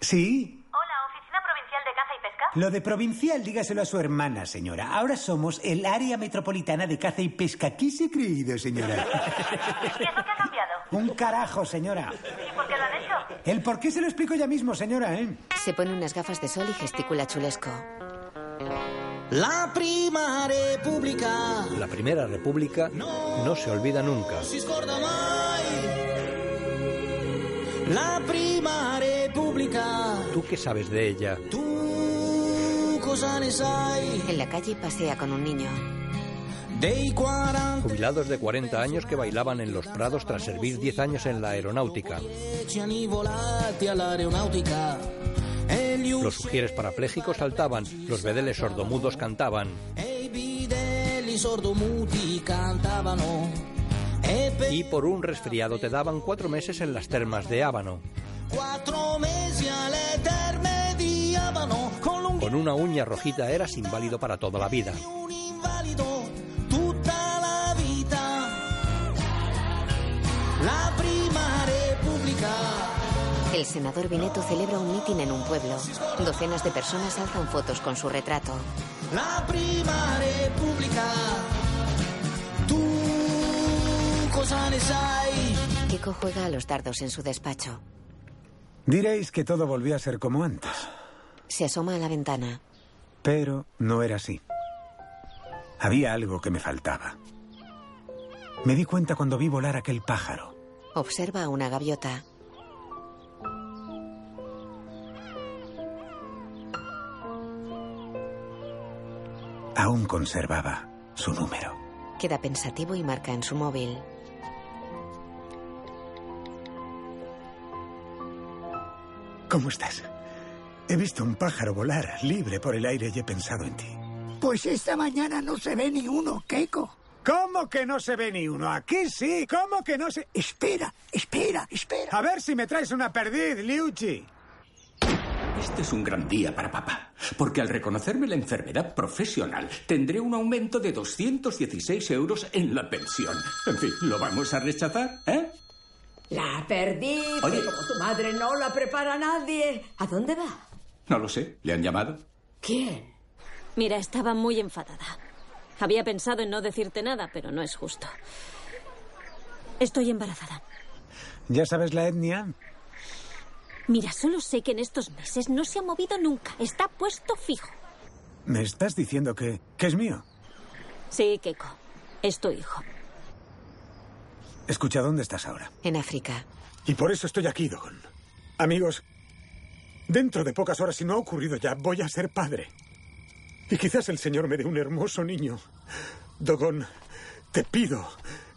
Speaker 36: ¿Sí?
Speaker 31: Hola, Oficina Provincial de Caza y Pesca.
Speaker 36: Lo de provincial, dígaselo a su hermana, señora. Ahora somos el área metropolitana de caza y pesca. ¿Qué se ha creído, señora?
Speaker 31: ¿Y eso qué ha cambiado?
Speaker 36: Un carajo, señora.
Speaker 31: ¿Y por qué lo han hecho?
Speaker 36: El por qué se lo explico ya mismo, señora, ¿eh?
Speaker 2: Se pone unas gafas de sol y gesticula chulesco.
Speaker 9: La prima república.
Speaker 1: La Primera República no se olvida nunca.
Speaker 9: Si scorda mai. La prima república.
Speaker 1: ¿Tú qué sabes de ella?
Speaker 9: Tu cosa ne sai
Speaker 2: En la calle pasea con un niño.
Speaker 9: dei 40
Speaker 1: Jubilados de 40 años que bailaban en los prados tras servir 10 años en la aeronáutica.
Speaker 9: anni volati all'aeronautica? E gli
Speaker 1: Los sugieres parapléjicos saltaban, los bedeles sordomudos cantaban.
Speaker 9: E i bidelli sordomuti cantavano. E per
Speaker 1: Y por un resfriado te daban cuatro meses en las termas de Ábano.
Speaker 9: quattro mesi alle terme di Abano. Con l'un
Speaker 1: Con una uña rojita eras inválido para toda la vida.
Speaker 9: invalido tutta la vita. La prima repubblica.
Speaker 2: El senador Bineto celebra un mitin en un pueblo. Docenas de personas alzan fotos con su retrato.
Speaker 9: La prima repubblica. Tu cosa ne sai?
Speaker 2: Kiko juega a los dardos en su despacho.
Speaker 9: Diréis que todo volvió a ser como antes,
Speaker 2: Se asoma a la ventana.
Speaker 9: pero
Speaker 4: No era así. Había algo que me faltaba. Me di cuenta cuando vi volar aquel pájaro.
Speaker 2: Observa a una gaviota.
Speaker 4: Aún conservaba su número.
Speaker 2: Queda pensativo y marca en su móvil.
Speaker 4: ¿Cómo estás? He visto un pájaro volar libre por el aire y he pensado en ti.
Speaker 6: Pues esta mañana no se ve ni uno, Keiko.
Speaker 4: ¿Cómo que no se ve ni uno? Aquí sí. ¿Cómo que no se...?
Speaker 6: Espera, espera, espera.
Speaker 4: A ver si me traes una perdiz, Liuchi.
Speaker 17: Este es un gran día para papá, porque al reconocerme la enfermedad profesional tendré un aumento de 216 euros en la pensión. En fin, ¿lo vamos a rechazar? ¿Eh?
Speaker 19: La perdí,
Speaker 17: Oye.
Speaker 19: que como tu madre no la prepara nadie. ¿A dónde va?
Speaker 17: No lo sé. ¿Le han llamado?
Speaker 19: ¿Quién?
Speaker 25: Mira, estaba muy enfadada. Había pensado en no decirte nada, pero no es justo. Estoy embarazada.
Speaker 4: ¿Ya sabes la etnia?
Speaker 25: Mira, solo sé que en estos meses no se ha movido nunca. Está puesto fijo.
Speaker 4: ¿Me estás diciendo que... que es mío?
Speaker 25: Sí, Keiko. Es tu hijo.
Speaker 4: Escucha, ¿dónde estás ahora?
Speaker 2: En África.
Speaker 4: Y por eso estoy aquí, Don. Amigos, dentro de pocas horas, si no ha ocurrido ya, voy a ser padre. Y quizás el Señor me dé un hermoso niño. Dogon, te pido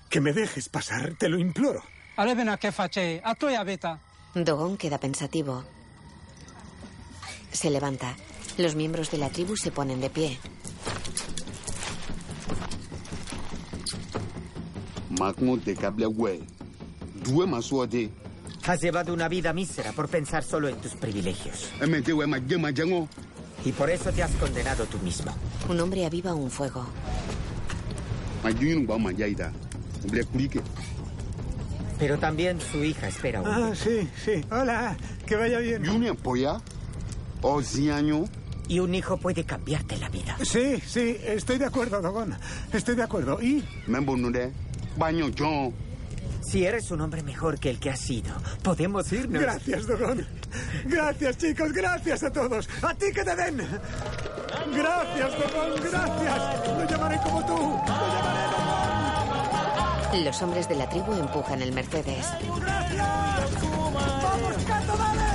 Speaker 4: que me dejes pasar, te lo imploro.
Speaker 37: Alevena che face, a toi aveta.
Speaker 2: Dogon queda pensativo. Se levanta. Los miembros de la tribu se ponen de pie.
Speaker 38: Mahmoud de Cablewell. Due masuade.
Speaker 3: Has llevado una vida mísera por pensar solo en tus privilegios.
Speaker 38: Emetewe majema jango.
Speaker 3: Y por eso te has condenado tú mismo.
Speaker 2: Un hombre aviva un fuego.
Speaker 38: Majuyunu ba majaida. Ble kulike.
Speaker 3: Pero también su hija espera un
Speaker 4: Ah, sí, sí. Hola, que vaya bien.
Speaker 38: Yuni poya. O zianyo.
Speaker 3: Y un hijo pues, puede cambiarte la vida.
Speaker 4: Sí, sí, estoy de acuerdo, Dogon. Estoy de acuerdo. ¿Y?
Speaker 38: Membo nude. Baño chon.
Speaker 3: Si eres un hombre mejor que el que has sido, podemos irnos.
Speaker 4: Gracias, Dogon. Gracias, chicos. Gracias a todos. A ti que te den. Gracias, Dogon. Gracias. Lo llamaré como tú. Lo llamaré.
Speaker 2: Los hombres de la tribu empujan el Mercedes.
Speaker 6: ¡Vamos, Cato, dale!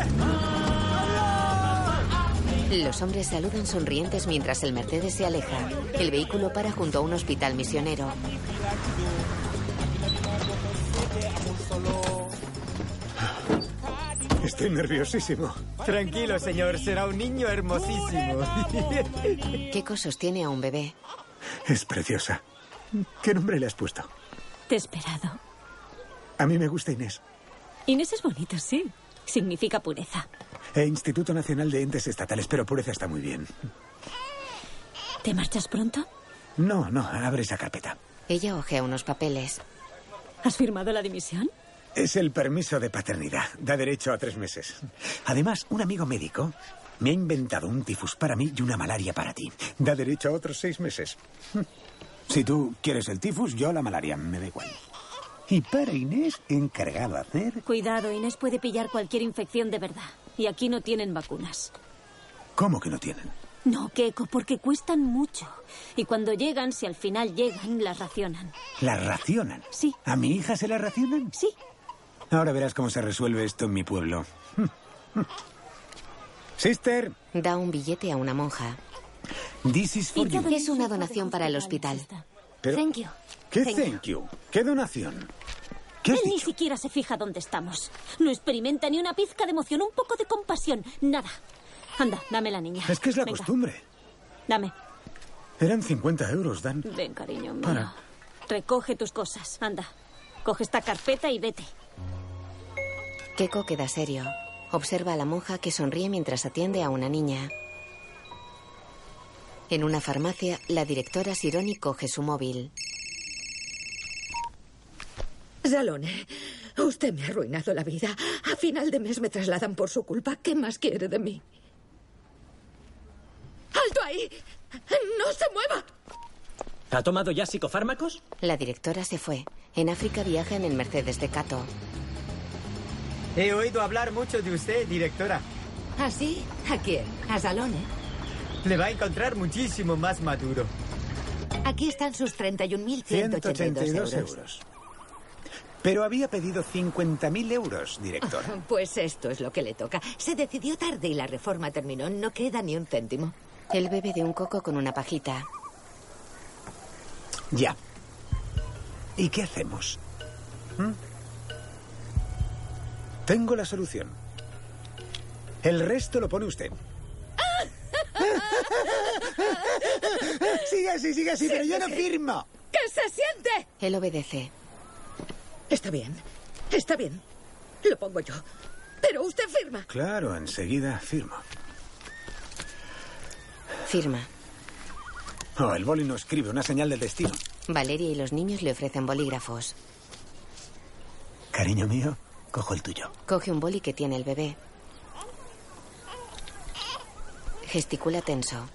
Speaker 2: Los hombres saludan sonrientes mientras el Mercedes se aleja. El vehículo para junto a un hospital misionero.
Speaker 4: Estoy nerviosísimo.
Speaker 5: Tranquilo, señor, será un niño hermosísimo.
Speaker 2: Keiko sostiene a un bebé.
Speaker 4: Es preciosa. ¿Qué nombre le has puesto?
Speaker 25: Te he esperado.
Speaker 4: A mí me gusta Inés.
Speaker 25: Inés es bonito, sí. Significa pureza.
Speaker 4: E Instituto Nacional de Entes Estatales, pero pureza está muy bien.
Speaker 25: ¿Te marchas pronto?
Speaker 4: No, no, abre esa carpeta.
Speaker 2: Ella ojea unos papeles.
Speaker 25: ¿Has firmado la dimisión?
Speaker 4: Es el permiso de paternidad. Da derecho a tres meses. Además, un amigo médico me ha inventado un tifus para mí y una malaria para ti. Da derecho a otros seis meses. Si tú quieres el tifus, yo la malaria. Me da igual. Y para Inés, encargado a hacer...
Speaker 25: Cuidado, Inés puede pillar cualquier infección de verdad. Y aquí no tienen vacunas.
Speaker 4: ¿Cómo que no tienen?
Speaker 25: No, Keiko, porque cuestan mucho. Y cuando llegan, si al final llegan, las racionan.
Speaker 4: ¿Las racionan?
Speaker 25: Sí.
Speaker 4: ¿A mi hija se la racionan?
Speaker 25: Sí.
Speaker 4: Ahora verás cómo se resuelve esto en mi pueblo. Sister,
Speaker 2: Da un billete a una monja.
Speaker 4: this is for you.
Speaker 2: Es una donación para el hospital.
Speaker 4: Pero-
Speaker 25: Thank you.
Speaker 4: ¿Qué
Speaker 25: Thank
Speaker 4: thank you? ¿Qué donación? ¿Qué
Speaker 25: Él
Speaker 4: has
Speaker 25: ni
Speaker 4: dicho?
Speaker 25: siquiera se fija dónde estamos. No experimenta ni una pizca de emoción, un poco de compasión, nada. Anda, dame la niña.
Speaker 4: Es que es la
Speaker 25: Venga,
Speaker 4: costumbre.
Speaker 25: Dame.
Speaker 4: Eran 50 euros, Dan.
Speaker 25: Ven, cariño mío.
Speaker 4: Para.
Speaker 25: Recoge tus cosas, anda. Coge esta carpeta y vete.
Speaker 2: Keiko queda serio. Observa a la monja que sonríe mientras atiende a una niña. En una farmacia, la directora Sironi coge su móvil.
Speaker 26: Salone, usted me ha arruinado la vida. A final de mes me trasladan por su culpa. ¿Qué más quiere de mí? ¡Alto ahí! ¡No se mueva!
Speaker 2: ¿Ha tomado ya psicofármacos? La directora se fue. En África viaja en el Mercedes de Cato.
Speaker 5: He oído hablar mucho de usted, directora.
Speaker 26: ¿Así? ¿Ah, ¿A quién? A Salone.
Speaker 5: Le va a encontrar muchísimo más maduro.
Speaker 26: Aquí están sus 31.182 euros.
Speaker 4: euros. Pero había pedido 50.000 euros, director.
Speaker 26: Pues esto es lo que le toca. Se decidió tarde y la reforma terminó. No queda ni un céntimo.
Speaker 2: Él bebe de un coco con una pajita.
Speaker 4: Ya. ¿Y qué hacemos? ¿Mm? Tengo la solución. El resto lo pone usted. Siga así, siga así, pero yo no firmo.
Speaker 26: ¡Que se siente!
Speaker 2: Él obedece.
Speaker 26: Está bien. Está bien. Lo pongo yo. Pero usted firma.
Speaker 4: Claro, enseguida firmo.
Speaker 2: Firma.
Speaker 4: Oh, el boli no escribe, una señal del destino.
Speaker 2: Valeria y los niños le ofrecen bolígrafos.
Speaker 4: Cariño mío, cojo el tuyo.
Speaker 2: Coge un boli que tiene el bebé. Gesticula tenso.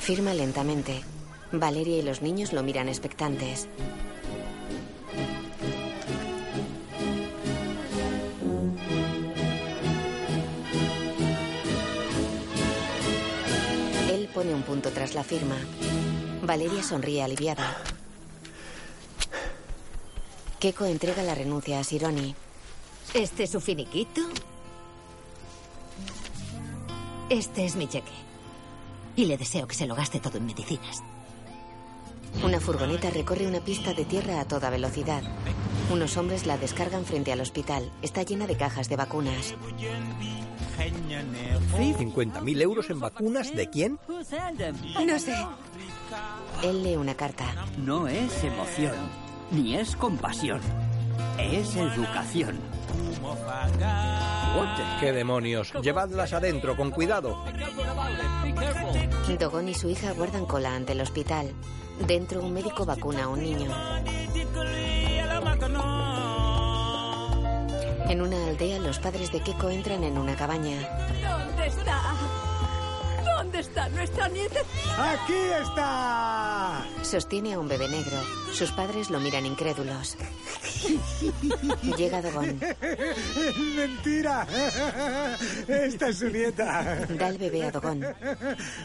Speaker 2: Firma lentamente. Valeria y los niños lo miran expectantes. Él pone un punto tras la firma. Valeria sonríe aliviada. Keiko entrega la renuncia a Sironi.
Speaker 26: Este es su finiquito. Este es mi cheque. Y le deseo que se lo gaste todo en medicinas.
Speaker 2: Una furgoneta recorre una pista de tierra a toda velocidad. Unos hombres la descargan frente al hospital. Está llena de cajas de vacunas.
Speaker 1: 50.000 euros en vacunas de quién?
Speaker 14: Pues
Speaker 2: No sé. Él lee una carta.
Speaker 28: No es emoción, ni es compasión, es educación.
Speaker 1: ¡Qué demonios! Llevadlas adentro, con cuidado.
Speaker 2: Dogon y su hija guardan cola ante el hospital. Dentro, un médico vacuna a un niño. En una aldea, los padres de Keiko entran en una cabaña.
Speaker 21: ¿Dónde está?
Speaker 14: ¿Dónde está nuestra nietecita?
Speaker 4: ¡Aquí está!
Speaker 2: Sostiene a un bebé negro. Sus padres lo miran incrédulos. Llega Dogón.
Speaker 4: ¡Mentira! Ah, Esta es su nieta.
Speaker 2: Da el bebé a Dogón.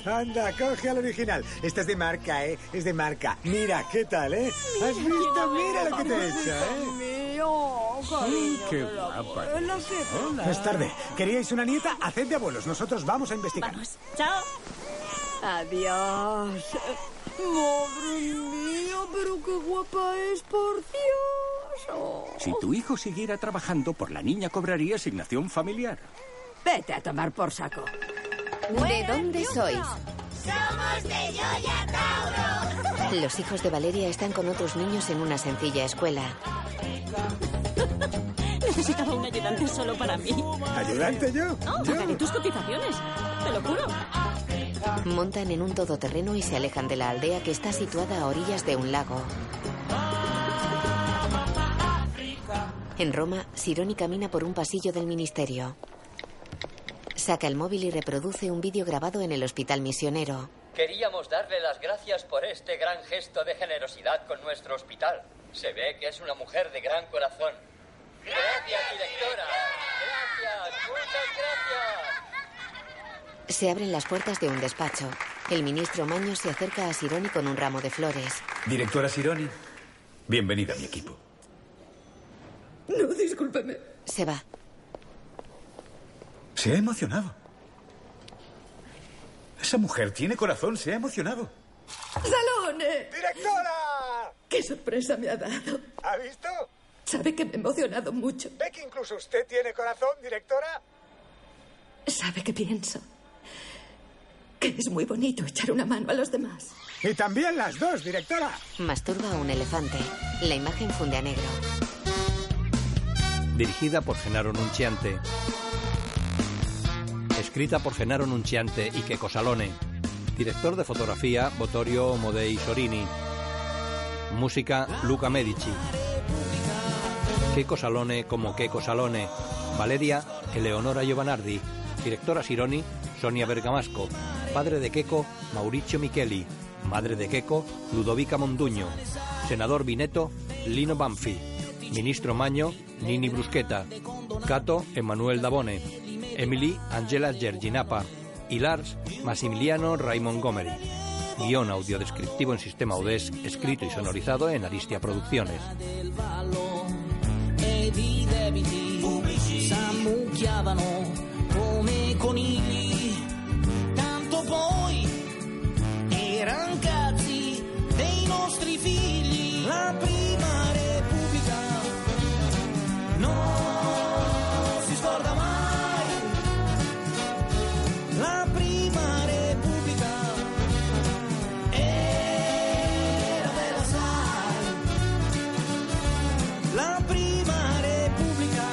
Speaker 4: Anda, coge al original. Esta es de marca, ¿eh? Es de marca. Mira, ¿qué tal, eh? ¿Has
Speaker 14: Mira,
Speaker 4: visto?
Speaker 14: qué
Speaker 4: Mira lo que te he
Speaker 14: bonito.
Speaker 4: hecho, eh.
Speaker 14: Mío, cariño,
Speaker 4: qué
Speaker 14: pero-
Speaker 4: guapa.
Speaker 14: Es la que-
Speaker 4: Es tarde. ¿Queríais una nieta? Haced de abuelos. Nosotros vamos a investigar.
Speaker 14: Chao. Adiós. Madre mía, pero qué guapa es, por Dios. Oh.
Speaker 17: Si tu hijo siguiera trabajando, por la niña cobraría asignación familiar.
Speaker 14: Vete a tomar por saco.
Speaker 2: ¿De dónde sois?
Speaker 14: Somos de Yoya Tauro.
Speaker 2: Los hijos de Valeria están con otros niños en una sencilla escuela.
Speaker 25: Necesitaba un ayudante solo para mí.
Speaker 4: ¿Ayudante yo?
Speaker 25: No, pagaré tus cotizaciones. Te lo juro.
Speaker 2: Montan en un todoterreno y se alejan de la aldea que está situada a orillas de un lago. En Roma, Sironi camina por un pasillo del ministerio. Saca el móvil y reproduce un vídeo grabado en el hospital misionero.
Speaker 18: Queríamos darle las gracias por este gran gesto de generosidad con nuestro hospital. Se ve que es una mujer de gran corazón. Gracias, directora. Gracias, muchas gracias.
Speaker 2: Se abren las puertas de un despacho. El ministro Maño se acerca a Sironi con un ramo de flores.
Speaker 13: Directora Sironi, bienvenida a mi equipo.
Speaker 2: No, discúlpeme. Se va.
Speaker 13: Se ha emocionado. Esa mujer tiene corazón, se ha emocionado.
Speaker 14: ¡Salone!
Speaker 4: ¡Directora!
Speaker 14: ¡Qué sorpresa me ha dado!
Speaker 4: ¿Ha visto?
Speaker 14: Sabe que me he emocionado mucho.
Speaker 4: ¿Ve que incluso usted tiene corazón, directora?
Speaker 14: Sabe que pienso. Que es muy bonito echar una mano a los demás.
Speaker 4: Y también las dos, directora.
Speaker 2: Masturba a un elefante. La imagen funde a negro.
Speaker 1: Dirigida por Genaro Nunchiante. Escrita por Genaro Nunchiante y Keco Salone. Director de fotografía Botorio Modei Sorini. Música Luca Medici. Keco Salone como Keco Salone. Valeria Eleonora Giovanardi. Directora Sironi Sonia Bergamasco. Padre de Keco Mauricio Micheli. Madre de Keco Ludovica Monduño. Senador Bineto Lino Banfi. Ministro Maño Nini Brusqueta. Cato Emanuel Dabone. Emily Angela Gerginapa. Y Lars Massimiliano Raymond Gomeri. Guión audiodescriptivo en sistema UDES, escrito y sonorizado en Aristia Producciones.
Speaker 9: del ballo ed i debiti s'ammucchiavano come conigli. Tanto poi eran cazzi dei nostri figli. La prima repubblica non si scorda mai. La prima repubblica era bella, sai. La prima repubblica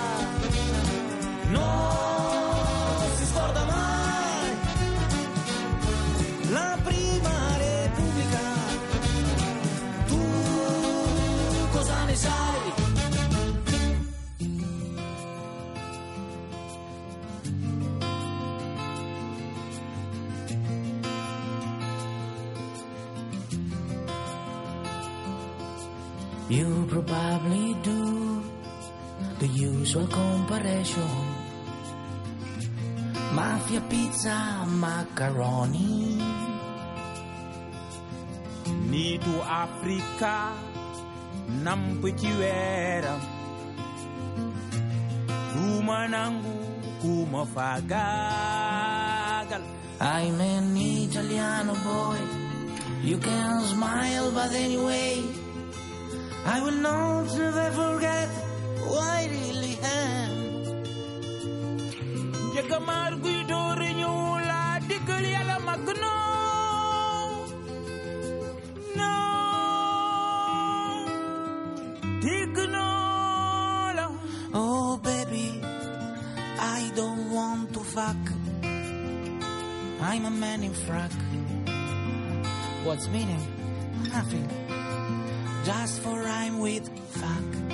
Speaker 9: non si scorda mai. La prima repubblica, tu cosa ne sai? You probably do the usual comparison. Mafia, pizza, macaroni.
Speaker 10: Ni tu Afrika nam pechiwera Kuma nangu kuma fagagal
Speaker 9: I'm an Italiano boy. You can smile, but anyway, I will not never forget who I really am.
Speaker 10: Jagamar guido renyola digul yala magno No Dignola
Speaker 9: Oh, baby, I don't want to fuck. I'm a man in frack. What's meaning? Nothing. Just for rhyme with fuck.